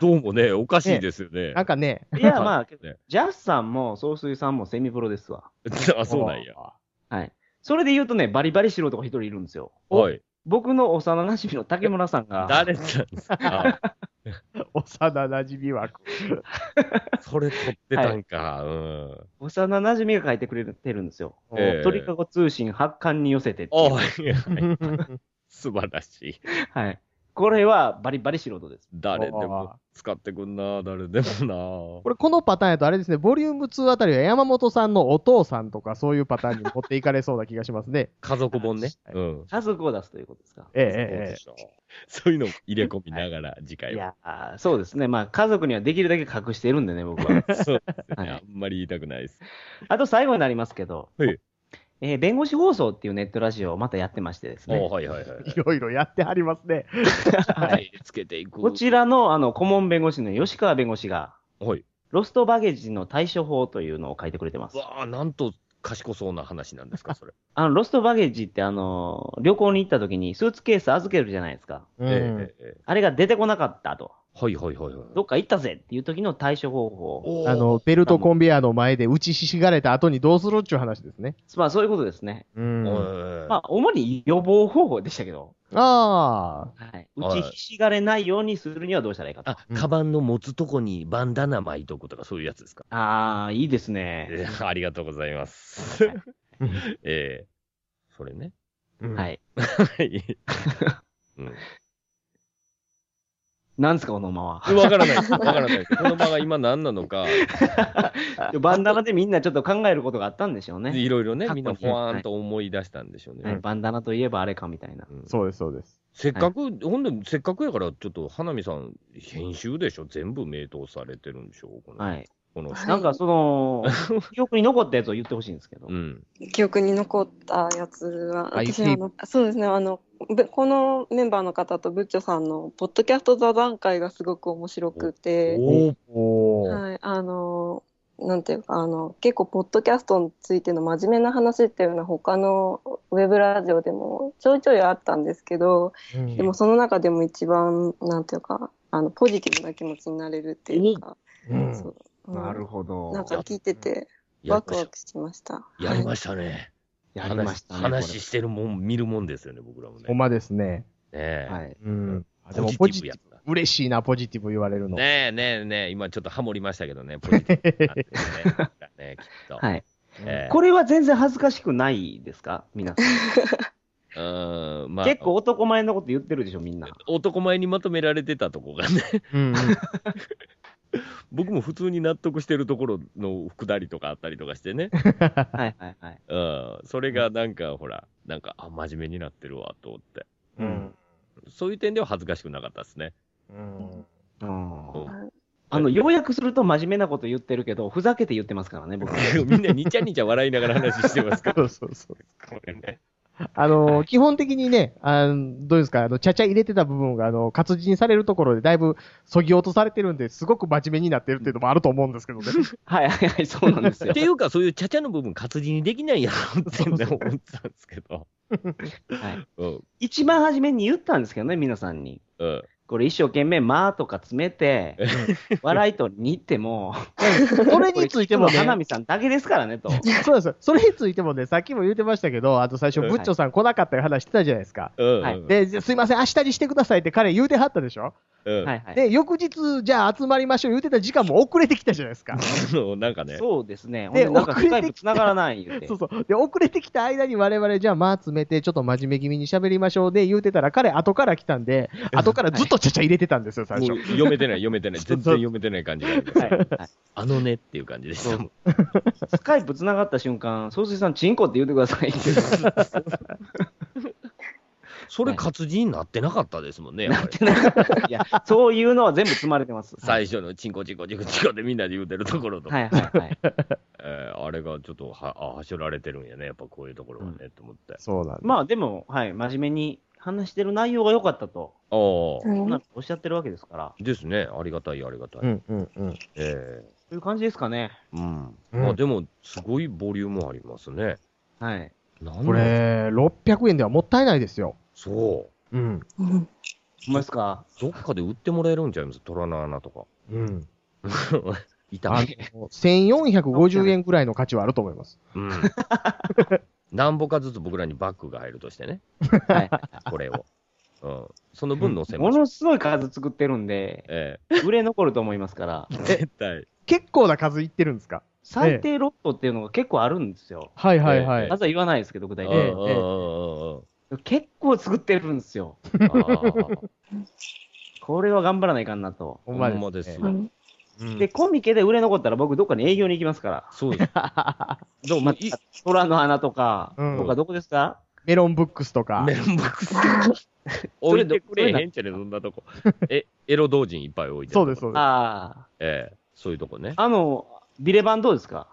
D: どうもね、おかしいですよね。
B: なんかね。
A: いや、まあ
D: ね、
A: ジャスさんも、総帥さんもセミプロですわ。
D: あ、そうなんや。
A: はい。それで言うとね、バリバリ素人が一人いるんですよ。
D: はい。
A: 僕の幼馴染の竹村さんが、
D: 誰なんで すか
B: 幼馴染枠。
D: それ撮ってたんか。うん。
A: 幼馴染が書いてくれてるんですよ。
D: ええ
A: 鳥かご通信発刊に寄せてっていう
D: あいやはい 素晴らしい。
A: はい。これはバリバリ素人です。
D: 誰でも使ってくんな、誰でも
B: これ、このパターンやと、あれですね、ボリューム2あたりは山本さんのお父さんとか、そういうパターンに持っていかれそうな気がしますね。
D: な。家族本ね。
B: はい
D: うん。
A: 家族を出すということですか。
B: ええ
D: そう
B: ええ
D: でしょうそういうのを入れ込みながら、次
A: い
D: 回は。
A: やー、そうですね。まあ、家族にはできるだけ隠してるんでね、僕 は。
D: そうですね。
A: は
D: あ
A: い
D: んまり言いたくないです。
A: あと最後になりますけど、
D: はい
A: えー弁護士放送っていうネットラジオをまたやってましてです
D: お
A: ね、
D: はいはいはい。
B: いろいろやってはりますね。
D: はい。つけていく。
A: こちらのあの顧問弁護士の吉川弁護士が、
D: はい。
A: ロストバゲージの対処法というのを書いてくれてます。
D: わあ、なんと賢そうな話なんですか、それ。
A: あのロストバゲージってあの旅行に行った時にスーツケース預けるじゃないですか。
B: う
D: えええええ
A: あれが出てこなかったと。
D: えはいはいはいはい。
A: どっか行ったぜっていう時の対処方法。
D: おー
B: あ、の、ベルトコンベヤーの前で打ちひしがれた後にどうするっていう話ですね。
A: まあそういうことですね。
B: うん。
A: ま
D: ま
A: あ主に予防方法でしたけど、
B: ああ。。
A: はい、打
D: はい
A: ちひしがれないようにするにはどうしたらいいかと。
D: あ、カバンの持つとこにバンダナ巻いとくとかそういうやつですか。
A: ああ、いいですね。
D: え ーありがとうございます。 えー、それね。
A: はいい。
D: はい。 うん
A: なんですか、このまま。
D: わからないです。わからないです。この場が今何なのか、
A: バンダナでみんなちょっと考えることがあったんでしょうね。
D: いろいろね、
A: 過去
D: みん
A: に
D: なほわーんと思い出したんでしょうね。
A: はい、バンダナといえばあれかみたいな。
D: うん
B: そうです、そうです。
D: せっかく、ほんで、せっかくやから、ちょっと、花見さん、編集でしょ全部名刀されてるんでしょこの、
A: はい。
D: この、
A: なんかその、 記憶に残ったやつを言ってほしいんですけど
D: う。ん。
C: 記憶に残ったやつは、
B: はい
C: 私あの、そうですね、あの、ぶこのメンバーの方とブッチョさんの、ポッドキャスト座談会がすごく面白くて、
D: おー
B: おー。
C: はい、あの、なんていうか、あの、結構、ポッドキャストについての真面目な話っていうのは、他のウェブラジオでもちょいちょいあったんですけど、
B: うん
C: でも、その中でも一番、なんていうか、あの、ポジティブな気持ちになれるっていうか、
B: うん
C: そううん
A: なるほど。
C: なんか聞いてて、
D: や
C: ワ
D: り
C: ク
D: まし
C: ワ
D: た
C: クしました。
D: やり
C: はい
D: ましたね。
A: やりましたね。
D: 話話してるもん、見るもんですよね、僕らもね。
B: ほんまですね。
D: ねえ
A: これはい。
B: うん。で
D: でも
B: も、
D: ポ
B: ポ
D: ジ
B: ジ
D: テ
B: テ
D: ィ
B: ィ
D: ブやっ
B: ブ、嬉しいな、ポジティブ言われる
D: た。
B: の。
D: ねえねえねえ、今ちょっとハモりましたけどね、ポジティブなんてね。 ねきっと。
A: はい。
D: え
A: これは全然恥ずかしくないですか皆 さん。
D: うーん、まあ、
A: 結構男前のこと言ってるでしょ、みん な。
D: 男前にまとめられてたとこがね、
B: うん。
D: 僕も普通に納得してるところのくだりとかあったりとかして ね。
A: はいはいはい。
D: うん、それがなんか、ほら、なんか、あ、真面目になってるわ、と思って。
B: うん。
D: そういう点では恥ずかしくなかったですね。
B: うん。
A: うん
D: うん
A: あの、要約すると真面目なこと言ってるけど、ふざけて言ってますからね、 僕。
D: みんなにちゃにちゃ笑いながら話してますけど、
B: そうそうそう。
D: これね。
B: あのー、基本的にね、あのどうですか、あの、ちゃちゃ入れてた部分が、あの、活字にされるところでだいぶ削ぎ落とされてるんで、すごく真面目になってるっていうのもあると思うんですけど ね。
A: はいはいはい、そうなんですよ
D: っ。ていうか、そういうちゃちゃの部分、活字にできないやろってね思ってたんですけど。
A: はい
D: うん、
A: 一番初めに言ったんですけどね、皆さんに。
D: うん。
A: これ一生懸命、まあとか詰めて、笑いとにっても、
B: それについても
A: これ聞くの花
B: ね、
A: 見さんだけですからね、と。
B: そうです。それについてもね、さっきも言ってましたけど、あと最初、
D: うん
B: ブッチョさん来なかったいう話してたじゃないですか。
D: うん。
A: はい
D: うん
B: で、じゃすいません、明日にしてくださいって彼言うてはったでしょ
D: うん
A: はいはい。
B: で、翌日、じゃあ集まりましょう言うてた時間も遅れてきたじゃないですか。
D: あのなんかね、
A: そうですね。ほん
B: で
A: で、なんか
B: 遅れ
A: ス
B: てきた
A: カイプ繋がらない言うて
B: そう。そう。で、遅れてきた間に我々、じゃあ、まあ、詰めて、ちょっと真面目気味に喋りましょうで、言うてたら、彼、後から来たんで、後からずっとちゃちゃ入れてたんですよ、最
D: も
B: 初
D: う。読めてない、読めてない、
B: そ
D: 全
B: う
D: 然読めてない感じがあります
A: はいはい
D: あのねっていう感じでしたもん。
A: スカイプ繋がった瞬間、総帥さん、チンコって言ってくださいって
D: それ
A: はい
D: 活字になってなかったですもんね、やっ
A: な
D: ぱ
A: っ
D: り
A: てなかった。いや、そういうのは全部積まれてます。はい
D: 最初のチンコチンコチンコチンコでみんなで言うてるところとか、
A: はいはいはい。
D: えーあれがちょっとは、あ、はしょられてるんやね、やっぱこういうところはね、と思って。
B: そうなんです。
A: まあでも、はい、真面目に話してる内容が良かったと、
D: あ
A: そんな
C: は
A: ことおっしゃってるわけですから、
D: あ、ですね、ありがたい、ありがたい。
B: うんうんうん。
D: え
A: そういう感じですかね。
D: えうん。
B: うん
D: まあでも、すごいボリュームありますね。
A: はい。
D: なんだ
B: これ、600円ではもったいないですよ。
D: そう。
B: うん。
C: う
A: ほ
C: ん
A: んまですか
D: どっかで売ってもらえるんちゃいます虎の穴とか。
B: うん。
D: いた
B: あの、1450円ぐらいの価値はあると思います。
D: うん。何本かずつ僕らにバッグが入るとしてね、
A: はい。
D: これを。うん。その分乗せま
A: も
D: す。
A: のすごい数作ってるん で、
D: え
A: 売れ残ると思いますから、
D: え。絶対。
B: 結構な数いってるんですか
A: 最低ロットっていうのが結構あるんですよ。
B: はい
D: はいはいええ
A: まずは言わないですけど、具
D: う
A: 体
D: ん
A: 的
D: うん
A: に。
D: うんうんうん
A: 結構作ってるんですよ。
D: あー
A: これは頑張らないかんなと。
B: ほんまです,、
D: ほんまです
C: う
D: よ
C: ん
A: で、コミケで売れ残ったら僕どっかに営業に行きますから。
D: そう です。でも、
A: ま
D: まあ、い
A: た、虎の穴とか、
B: うん
A: 他どこですか
B: メロンブックスとか
D: メ。ロンボックス。 置いてくれへんちゃね、そんなとこ。え、エロ同人いっぱい置いてる
B: そうです、そうです。
A: あ
D: ええ、そういうとこね
A: あ。。あの、ビレ版どうですか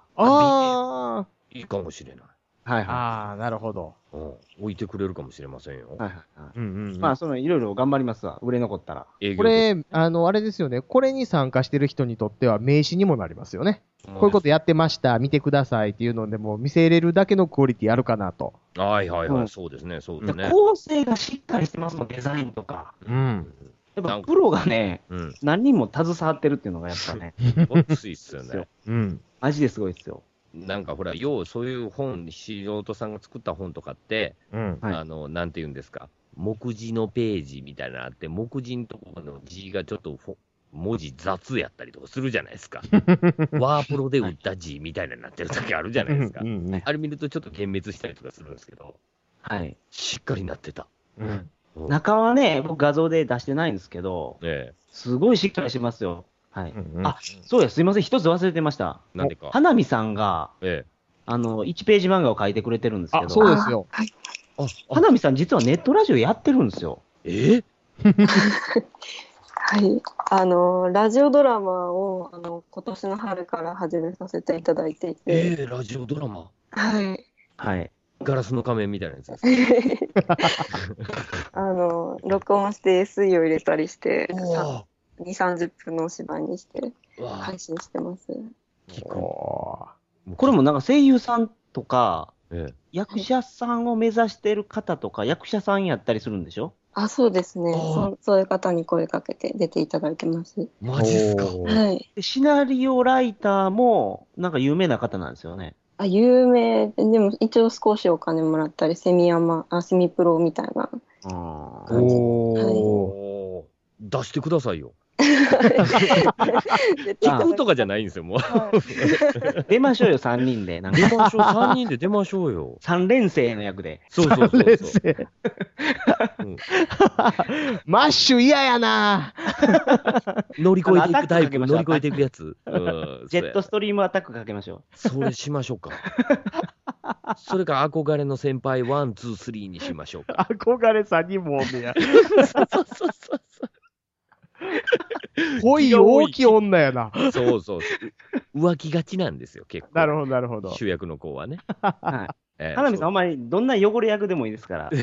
B: あ
D: いいかもしれない。
A: はい
B: ー。
A: は
B: あー、なるほど。
D: うん。置いてくれるかもしれませんよ
A: い。。はいはいはい
B: うんうん、うん。
A: まあ、その、いろいろ頑張りますわ。売れ残ったら。
D: 営業
B: これ、あの、あれですよね。これに参加してる人にとっては名刺にもなりますよね。
D: こ
B: こういうことやってました、見てくださいっていうのでもう見せれるだけのクオリティあるかなと。
D: と。はいはいは
A: う
D: い、
A: ん
D: そうですね、そうですね。
A: 構成がしっかりしてますもん、デザインとか。
B: うん。
A: やっぱプロがね、
D: うん。
A: 何人も携わってるっていうのがやっぱ ね、
D: すごいっすいっすよ
A: そう
D: ね。
B: うん。
A: マジですごいですよ。
D: なんかほら、ようそういう本、素人さんが作った本とかって、
B: うん。
A: はい
D: あの、なんて言うんですか、目次のページみたいなのあって、目次のところの字がちょっとほ文字雑やったりとかするじゃないですか。 ワープロで打った字みたいなのになってる時あるじゃないですか
B: う。ん
D: あれ見るとちょっと幻滅したりとかするんですけど、
A: はい。
D: しっかりなってた。
B: うん。
D: うん
A: 中はね、僕画像で出してないんですけど、
D: え
A: すごいしっかりしますよ。はい。
B: うん
A: あ、そうや、すいません。一つ忘れてました。
D: え、なんでか。
A: 花見さんが、
D: ええ。
A: あの、1ページ漫画を書いてくれてるんですけ
B: あ、そ
A: ど、
B: うですよ。
C: あはい。
D: あ、
A: 花見さん実はネットラジオやってるんですよ。
D: ええ
C: はい。あの、ラジオドラマを、あの、今年の春から始めさせていただいていて、
D: ええラジオドラマ。
C: はい。
A: はい。
D: ガラスの仮面みたいなやつです。
C: あの、録音して SE を入れたりして、
D: お
C: 2、
D: ー
C: 30分のお芝居にして
D: うわ
C: 配信してます。
D: ー聞く。
B: お
A: これもなんか声優さんとか、
D: ええ
A: 役者さんを目指してる方とか、役者さんやったりするんでしょ
C: あ、そうですね。
D: あー
C: そうそういう方に声かけて出ていただいてます。
B: ー
D: マジっすか。
B: おー
C: はい。
A: でシナリオライターも、なんか有名な方なんですよね。
C: あ、有名で、でも一応少しお金もらったり、セミヤマ、あ、セミプロみたい な。
A: あー
B: おー
D: おー出してくださいよ。
A: あ
C: 絶対
D: 聞くとかじゃないんですよ、もう。
C: はい
A: 出ましょうよ、3人で。なんか
D: 出ましょう、3人で出ましょう よ。
A: 3連生の役で。
D: そうそうそう
B: 冷
D: そう。
B: 静
D: うん
B: マッシュ嫌やな
D: 乗り越えていくタイ
A: あ
D: プ、
A: の
D: 乗り越えていくやつ。うん
A: ジェットストリームアタックかけましょ
D: それしましょうか。それか憧れの先輩、ワン、ツー、スリーにしましょう か。
B: 憧れさんにもおんねや。
D: そうそうそうそう
B: 恋大きい女やな。
D: そうそうそう。浮気がちなんですよ、結構。
B: なるほど、なるほど。
D: 主役の子はね。
A: う。はい。
D: えー
A: 花見さん、
D: そ
A: ほんまにどんな汚れ役でもいいですから、
D: う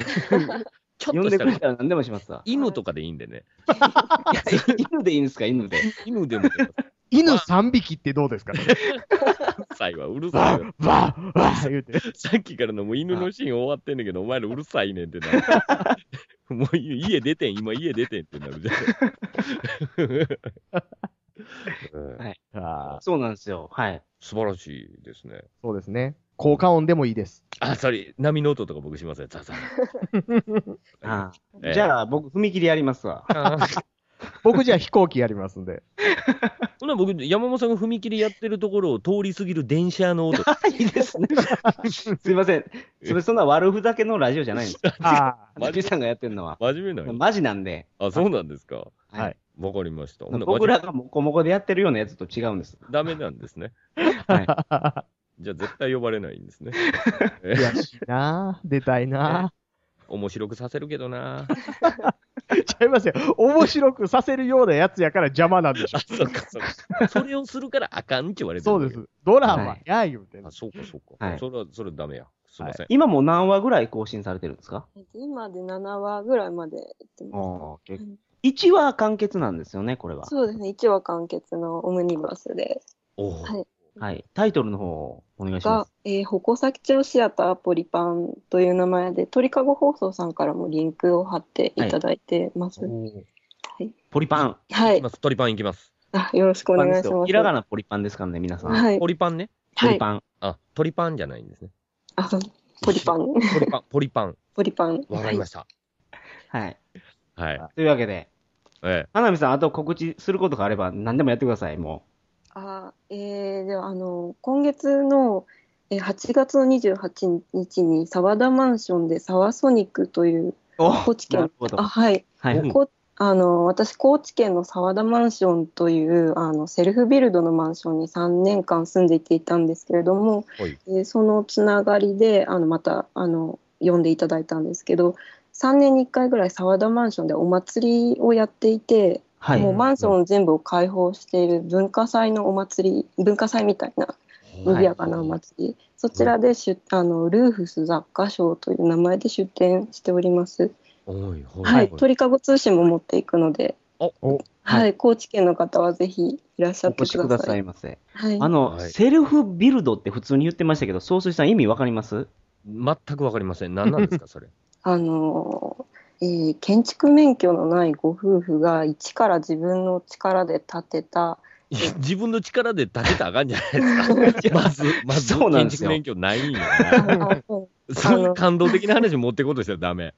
D: ちょ
A: 呼
D: っ
A: ん
D: と
A: でく
D: した
A: れ
D: ら。
A: たら何でもしますわ
D: 犬とかでいいんでね。
A: いや犬でいいんですか、犬で。
D: 犬でもいいよ
B: 犬3匹ってどうですかね
D: 最後はうるさい
B: わ
D: よ。
B: ーわーわー言うて。
D: さっきからのもう犬のシーン終わってんだけど、お前らうるさいねんってなる。 もう家出てん、今家出てんってなるじゃんうん。
B: あー
A: そうなんですよ。はい。
D: 素晴らしいですね。
B: そうですね。効果音でもいいです。
D: あ、それ、波の音とか僕しますよ、ザザ。
A: あ
D: え
A: ー
D: え
A: じゃあ、僕、踏切やりますわ。
B: 僕じゃあ飛行機やりますんで。
D: ほな僕、山本さんが踏切やってるところを通り過ぎる電車の音。
A: いいですね。 すいません。それ、そんな悪ふざけのラジオじゃないんです。
B: あ
A: 花見さんがやってるのは。
D: 真面目なの
A: マジなんで。
D: あ、そうなんですか。
A: はい。
D: わかりました。ほな
A: 僕らがモコモコでやってるようなやつと違うんです。
D: ダメなんですね。
A: はい。
B: あ。
D: じゃあ絶対呼ばれないんですね。
B: 悔しいなぁ。出たい な
D: 面白くさせるけどな。
B: ぁ。ちゃいますよ。面白くさせるようなやつやから邪魔なんでしょ
D: あ、。 そっか、そっ か。それをするからあかんって言われてる
B: そうです。ドラマや言うてん
D: あ、
B: の。
D: そうか、そうか。
A: はい
D: それは、それはダメや。すいません。
A: 今もう何話ぐらい更新されてるんですか
C: 今で7話ぐらいまで行って
A: あ
C: ま
A: ー結
C: うん
A: 1話完結なんですよね、これは
C: す。。そうですね、1話完結のオムニバスで、
D: おー
C: はい
A: はい。タイトルの方をお願いしま
C: が
A: す。、
C: えー、矛先町シアターポリパンという名前で、鳥かご放送さんからもリンクを貼っていただいてます。はい。
A: ポリパン。
C: はい
D: いきます。鳥パンいきます。
C: あよろしくお願いします。
A: ひらがなポリパンですからね、皆さん。
C: はい。
D: ポリパンね。
A: ポ
C: は
A: リ
C: い。
A: パン。
D: あ、鳥パンじゃないんですね。
C: あ、そうポリ パン。
D: ポリパン、ポリパン。
C: ポリパン。
D: わかりました。
A: はい。
D: はい。
A: というわけで、
D: え
A: 花見さん、あと告知することがあれば何でもやってください、も
C: あえー、ではあの今月のえー8月の28日に沢田マンションで沢ソニックという
A: う。お
C: 高知
A: な
C: 県
A: るほど
C: あ。はい、
A: はい。
D: うん
C: こあの私高知県の沢田マンションというあのセルフビルドのマンションに3年間住んでいていたんですけれども、
D: はい
C: えーそのつながりであのまたあの呼んでいただいたんですけど3年に1回ぐらい沢田マンションでお祭りをやっていて、
A: は
C: もう
A: い。
C: マンション全部を開放している文化祭のお祭り文化祭みたいな
A: はい
C: 賑やかなお祭り、そちらで出、あのルーフス雑貨賞という名前で出展しております、
D: おい、ほい。
C: はい、
D: ほい
C: 鳥かご通信も持っていくので
D: お
B: お
C: はい
A: は
C: 高知県の方はぜひいらっし
A: お
C: ゃって
A: 越
C: く
A: しく
C: ださ
A: だ
C: い
A: さいませ。
C: はい、
A: あの、
D: はい
A: セルフビルドって普通に言ってましたけど、総帥さん意味わかります
D: 全くわかりません。何なんですか、それ。
C: あのーえー建築免許のないご夫婦が一から自分の力で建てた、
D: 自分の力で建てたらあかんじゃないですか。まず、まず、
A: そうなん
D: 建
A: です
D: 築
A: よ
D: 免許ないんや
C: あ
D: な。
C: の
D: そんな感動的な話持ってこうとしたらダメ。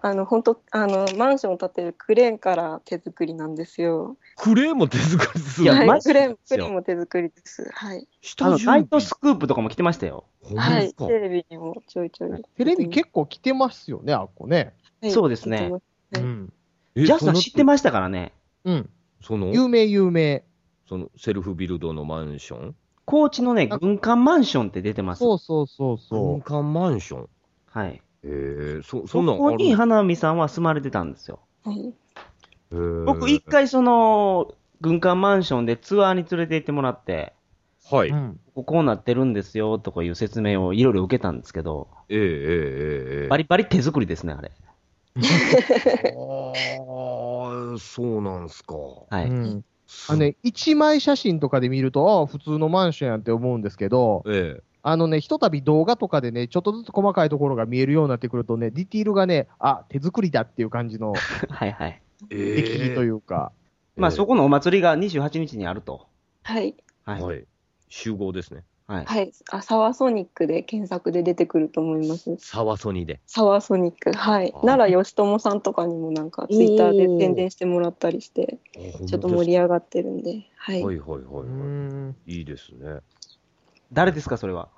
C: あの本当あのマンションを建てるクレーンから手作りなんですよ。
D: クレーンも手作りす
A: いや
D: る
C: は
D: の。
A: マ
C: い、
A: ジ
C: クレーン
A: です
C: ク
A: よ
C: レーンも手作りです。はい、
A: あ
D: 下
A: の、
D: 準
A: ナイ
D: 備。
A: トスクープとかも来てましたよ。
D: ほんま
C: は
D: です
C: い、
D: か
C: テレビにもちょいちょい。
B: テレビ結構来てますよね、あっこね。
C: はい
A: そうですね。
C: はい
B: ん。
D: え
A: ジャスさん知って
D: ま
A: ましたからね。
B: うん。
D: すその、
B: 有名有名。
D: そのセルフビルドのマンション
A: 高知のね、
B: あ
A: 軍艦マンションって出てます。
B: そうそうそう
D: 軍
B: そ
D: 艦マンション
A: はい。
D: ええそ、そ
A: そ
D: んなんあ
A: こ
D: る
A: に花見さんは住まれてたんですよ。
C: はい
A: 僕、一。回その、軍艦マンションでツアーに連れて行ってもらって、
D: へーは
B: う。
D: い。
B: ん。
A: こここうなってるんですよとかいう説明をいろいろ受けたんですけど、
D: ええええええ
A: バリバリ手作りですね、あれ。
D: ああ、そうなんすか。
A: は
B: う
A: い。
B: ん。あのね、一枚写真とかで見ると、ああ、普通のマンションやんって思うんですけど、
D: ええ。
B: あのね、ひとたび動画とかでね、ちょっとずつ細かいところが見えるようになってくるとね、ディティールがね、あ、手作りだっていう感じの
A: はいはい。
B: 出来というか、
A: まあ、そこのお祭りが28日にあると。
C: はい、
A: はい。
D: は
A: はい。
D: い。集合ですね。
C: はい、あサワーソニックで検索で出てくると思います。
D: サワソニで。
C: サワーソニック、はい
D: あ。
C: 奈良義友さんとかにもなんかツイッターで宣伝してもらったりして、ちょっと盛り上がってるんで、はい。
D: はいはいは
B: う
D: い
B: ー
D: は
B: ん。
D: い。いいですね。
A: 誰ですか、それは。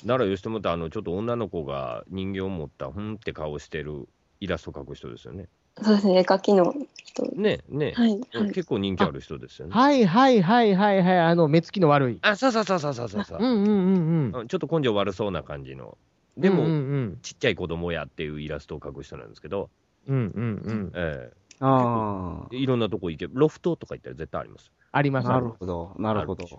D: 奈良義朝ってあの、ちょっと女の子が人形を持った、ふんって顔してるイラスト描く人ですよね。
C: そうですね、絵描きの人。
D: ねえねえ
C: はい、はい。
D: 結構人気ある人ですよね。
B: はいはいはいはいはい、あの、目つきの悪い。
D: あ、さささささささ
B: う。んうんうんうん。
D: うんちょっと根性悪そうな感じの。でも、
B: うんうん
D: ちっちゃい子供やっていうイラストを描く人なんですけど、
B: うん。うんうんうん。
D: え
A: あ
D: えいろんなとこ行けロフトとか行ったら絶対あります。
B: あり
A: あ。
B: ます。
A: なるほど、なるほど
D: ある。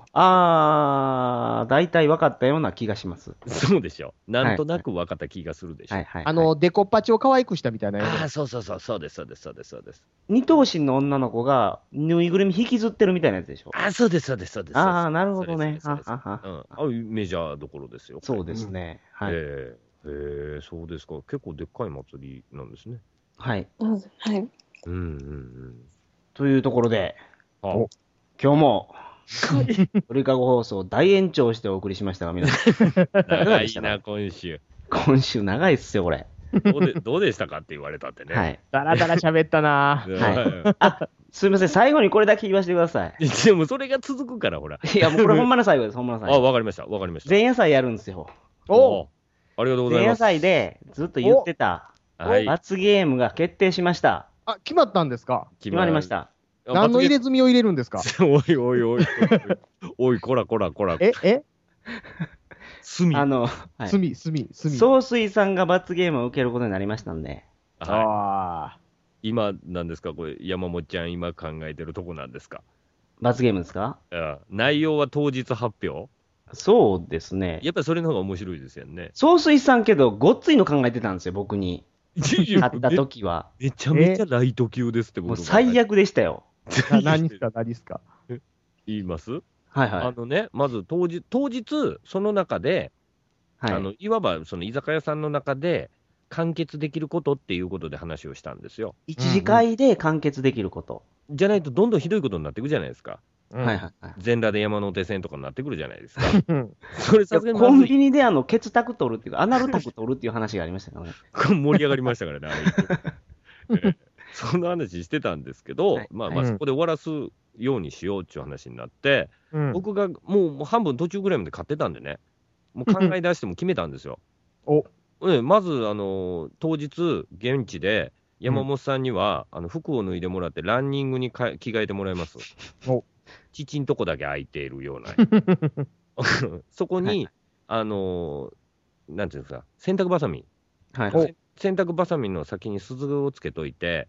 A: あー、大体分かったような気がします。
D: そうでしょ。なんとなく分かった気がするでしょ。
A: はいはい。
B: あの、、デコッパチを可愛くしたみたいなやつ。
D: ああ、そうそうそう、そうです、そうです、そうです、そうです。
A: 二頭身の女の子が、ぬいぐるみ引きずってるみたいなやつでしょ。
D: ああ、そうです、そうです、そうです。
A: あ
D: そうです
A: あ、なるほどね。
D: そう
A: は
D: ですそう
A: は
D: です
A: は
D: うん、あメジャーどころですよ。
A: そうですね。はい。
D: ええへえそうですか。結構でっかい祭りなんですね。
A: はい。
C: うんはい。
D: うんうん
A: というところで、
D: うん。あ
B: お
A: 今日も、 鳥かご放送大延長してお送りしましたが、皆さん、
D: 長 いな、今週。
A: 今週長いっすよ、これ。
D: どうでどうでしたかって言われたってね。
A: は。い。
B: だらだら喋ったな
D: うん
A: はすいません、最後にこれだけ言わせてくださ い。
D: でもそれが続くから、ほら。
A: いや、もうこれほんまの最後です、ほんまの最
D: あ、
A: 後。
D: わかりました、わかりました。
A: 前夜祭やるんですよ。
B: お
D: ありがとうござ
A: 前
D: いま
A: 夜
D: す。
A: 祭でずっと言ってた、
D: はい。
A: 罰ゲームが決定しました。
B: あ、決まったんですか
A: 決まりまし。た。
D: あ
B: 何の入れ
D: 罰
B: 墨を入れるんですか
D: ゲーム おいおいおい。おい、こらこらこら。
B: え、え
D: 罪。
A: あの、はい
B: 墨、墨、墨。
A: 総帥さんが罰ゲームを受けることになりましたんで、
D: は
B: ああ。
D: い、今、なんですか、これ、山本ちゃん、今考えてるとこなんですか。
A: 罰ゲームですか
D: うん内容は当日発表
A: そうですね。
D: やっぱりそれの方が面白いですよ ね。
A: 総帥さんけど、ごっついの考えてたんですよ、僕に。会った
D: め
A: 時は。
D: めちゃめちゃライト級ですって
A: もう
D: 僕の考え
A: 最悪でしたよ。
B: な何ですか、何ですか。
D: 言います、
A: はいはい
D: あ。のね、まず当日、当日、その中で、
A: はい、
D: あのいわばその居酒屋さんの中で、完結できることっていうことで話をしたんですよ。
A: 一次会で完結できること。
D: じゃないと、どんどんひどいことになっていくじゃないですか。
A: はいはいはい。
D: 全裸で山手線とかになってくるじゃないです か。
B: うん
D: それ
A: いや
D: さすがに
A: コ
D: ま
A: ン
D: ずい
A: ビニであの、ケツタク取るっていうか、アナルタク取るっていう話がありましたからね。
D: 盛り上がりましたからね、 あれええそんな話してたんですけど、
A: はい
D: まあまあ
B: はい
D: そこで終わらすようにしようっていう話になって、
B: うん。
D: 僕がもうもう半分途中ぐらいまで買ってたんでね、もう考え出しても決めたんですよ。
B: お
D: ええまず、あの当日、現地で山本さんには、あの服を脱いでもらって、ランニングにか着替えてもらいます
B: お。
D: 父んとこだけ空いているような、そこに、
A: はい
D: あのなんていうんですか、洗濯ばさみ、
A: はい
B: お
A: はい。
D: 洗濯ばさみの先に鈴をつけといて、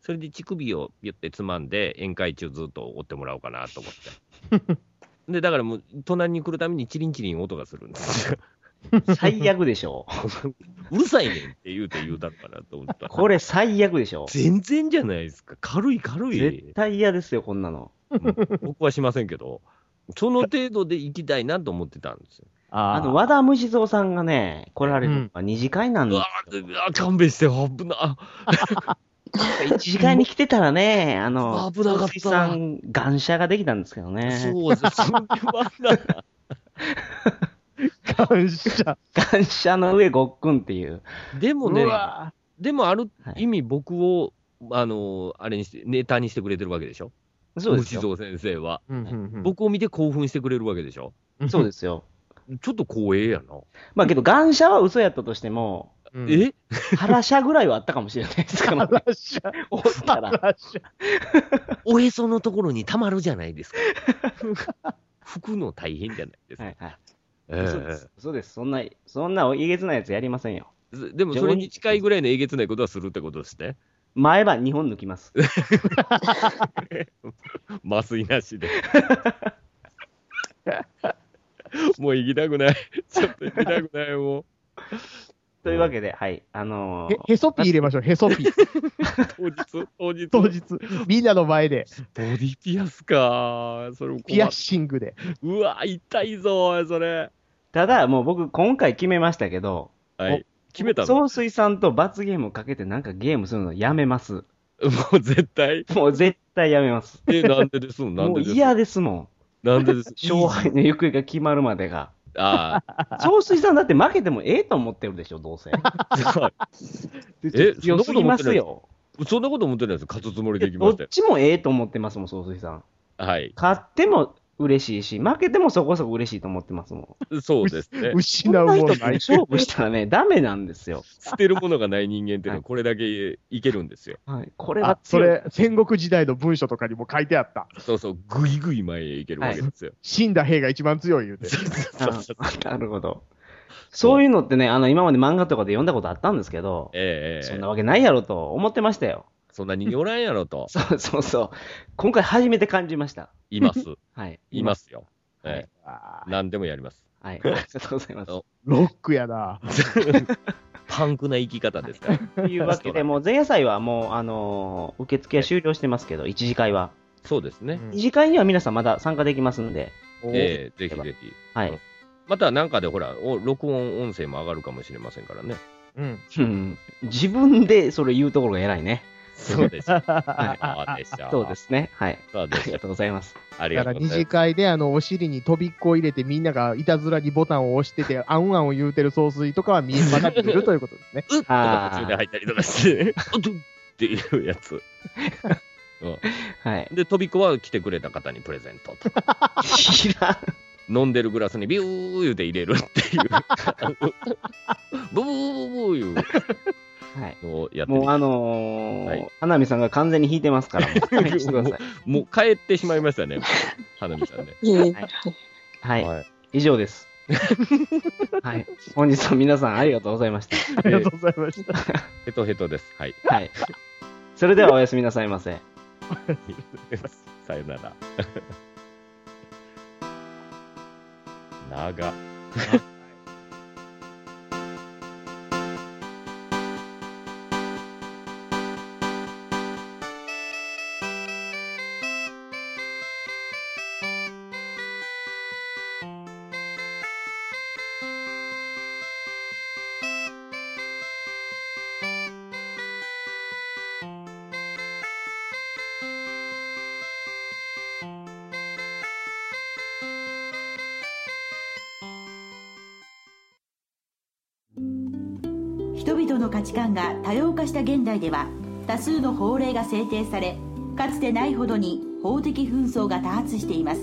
D: それで乳首をビュってつまんで、宴会中ずっと追ってもらおうかなと思 って。で、だからもう、隣に来るためにチリンチリン音がするんですよ。
A: 最悪でしょう。
D: うるさいねんって言うて言うたのかなと思った。
A: これ最悪でしょう。
D: 全然じゃないですか。軽い軽
A: 絶
D: い。
A: 対嫌ですよ、こんなの。
D: うん僕はしませんけど、その程度で行きたいなと思ってたんですよ。
B: あ
A: あの、和田虫蔵さんがね、来られるのが二次会なん
D: う
A: で
D: わあ、勘弁して、危な。
A: すよ。一次会に来てたらね、あの、
D: 危なかった
A: 鈴木さん、ガンシャができたんですけどね。
D: そうです。そんなな
B: 感謝。
A: ガンシャの上ごっくんっていう。
D: でもね
B: う、わ
D: でもある
A: はい
D: 意味僕を、あの、あれにして、ネタにしてくれてるわけでしょ
A: そうですよ。
D: 虫蔵先生は。
B: うんうんうん
D: 僕を見て興奮してくれるわけでしょ
A: そうですよ。
D: ちょっと光栄やな。
A: まあけど、ガンシャは嘘やったとしても、
B: うん
D: え
A: 腹シャぐらいはあったかもしれないですからね。
B: 感謝。
A: おったら。
B: 感謝
D: おへそのところにたまるじゃないですか。 拭くの大変じゃないですか。
A: はいはい。
D: ええ
A: そうです。そうです。そんな、そんなえげつないやつやりませんよ。
D: ずでもそれに近いぐらいのえげつないことはするってことですね。
A: 前歯2本抜きます。
D: 麻酔なしで。 もう行きたくない。ちょっと行きたくない、もう。
A: というわけで、はい。あのー
B: へへそピー入れましょう、へそピー。
D: 当日、当日。
B: 当日、みんなの前で、
D: ボディピアスか。それも
B: ピ
D: 困
B: ア
D: っ
B: ッシングで。
D: うわ、痛いぞ、それ。
A: ただ、もう僕、今回決めましたけど、
D: はい。決めたのも
A: 総帥さんと罰ゲームかけてなんかゲームするのやめます。
D: う絶対。
A: もう絶対やめます。
D: え、なんでで すのなん
A: もう
D: でです
A: 嫌ですもん。
D: なんでで す
A: 勝敗の行方が決まるまでが。
D: あ
A: 総帥さんだって負けてもええと思ってるでしょ、どう せ。
D: あ。そうえ、そん
A: 強
D: なこ
A: す
D: と
A: ぎ
D: 思
A: ま
D: ってな
A: す
D: い。
A: よ。
D: そんなこと思ってないです。勝つつもりでいきま
A: どっ
D: したよ。
A: ちもええと思ってますもん、総帥さん。
D: はい。
A: 勝っても嬉しいし、負けてもそこそこ嬉しいと思ってますもん。
D: そうです ね。
B: 失
A: こん
B: う
A: な人
B: もの
A: と
B: ない。
A: 勝負したらね、 ダメなんですよ。
D: 捨てるものがない人間っていうのはこれだけいけるんですよ。
A: はい、これは
B: あそ
A: 強い。
B: れ、戦国時代の文書とかにも書いてあった。
D: そうそう、ぐいぐい前へいけるわけですよ。
B: 死んだ兵が一番強い言うて。
D: そう そうそう
A: あなるほど。そういうのってね、あの、今まで漫画とかで読んだことあったんですけど、
D: えええ
A: そ
D: え
A: んなわけないやろと思ってましたよ。
D: そんな人間おらんやろと、
A: そうそうそう。今回初めて感じました。
D: います。
A: はい。
D: いま。すよ。え
B: あ
D: え、何でもやります。
A: はい。ありがとうございます。
D: お
B: ーロックやな。
D: パンクな生き方ですから。
A: というわけで、もう前夜祭はもう、あのー受付は終了してますけど、一次会は。
D: そうですね。
A: 二次会には皆さんまだ参加できますんで。
D: ええ、ぜひぜひ。
A: はい。
D: またなんかでほら、お録音音声も上がるかもしれませんからね。
B: うん。
A: うん自分でそれ言うところが偉いね。
D: そうです。そうでし。
A: そうですすね。はい。
D: そうで
A: あり
D: す
A: が。とうございます。
D: あり
B: だ
D: が
B: か
D: と
B: ら
D: う
B: 二
D: ござい
B: 次
D: ま
B: 会であのお尻に飛びっこ入れてみんながいたずらにボタンを押してて、あんあんを言うてる総帥とかは見えまかっているということですね。
D: す。うっとか途中で入ったりとかして、うっとっていうやつ。
A: はい。
D: で、飛び子は来てくれた方にプレゼントと。
A: 知らん。
D: 飲んでるグラスにビュー言うて 入れるっていう。ブブブブブーいう
A: はい。
D: のをやってみ
A: もうあのー
D: はい
A: 花見さんが完全に引いてますから、もう勘弁してください。
D: もう帰ってしまいましたね、花見さんね。
C: いえいえ
A: はいはい。
D: はい
A: 以上です。はい。本日は皆さんありがとうございまし
B: ありがとうございました。
D: ヘトヘトです。はい。
A: た。はい。それではおやすみなさいませ。
D: さよなら。 長。
E: 人々の価値観が多様化した現代では多数の法令が制定されかつてないほどに法的紛争が多発しています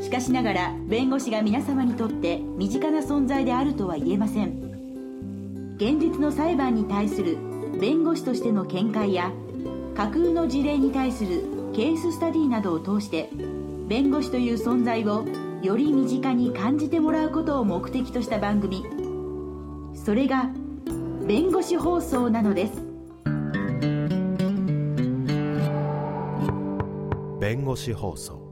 E: しかしながら弁護士が皆様にとって身近な存在であるとは言えません現実の裁判に対する弁護士としての見解や架空の事例に対するケーススタディなどを通して弁護士という存在をより身近に感じてもらうことを目的とした番組それが弁護士放送なのです
F: 弁護士放送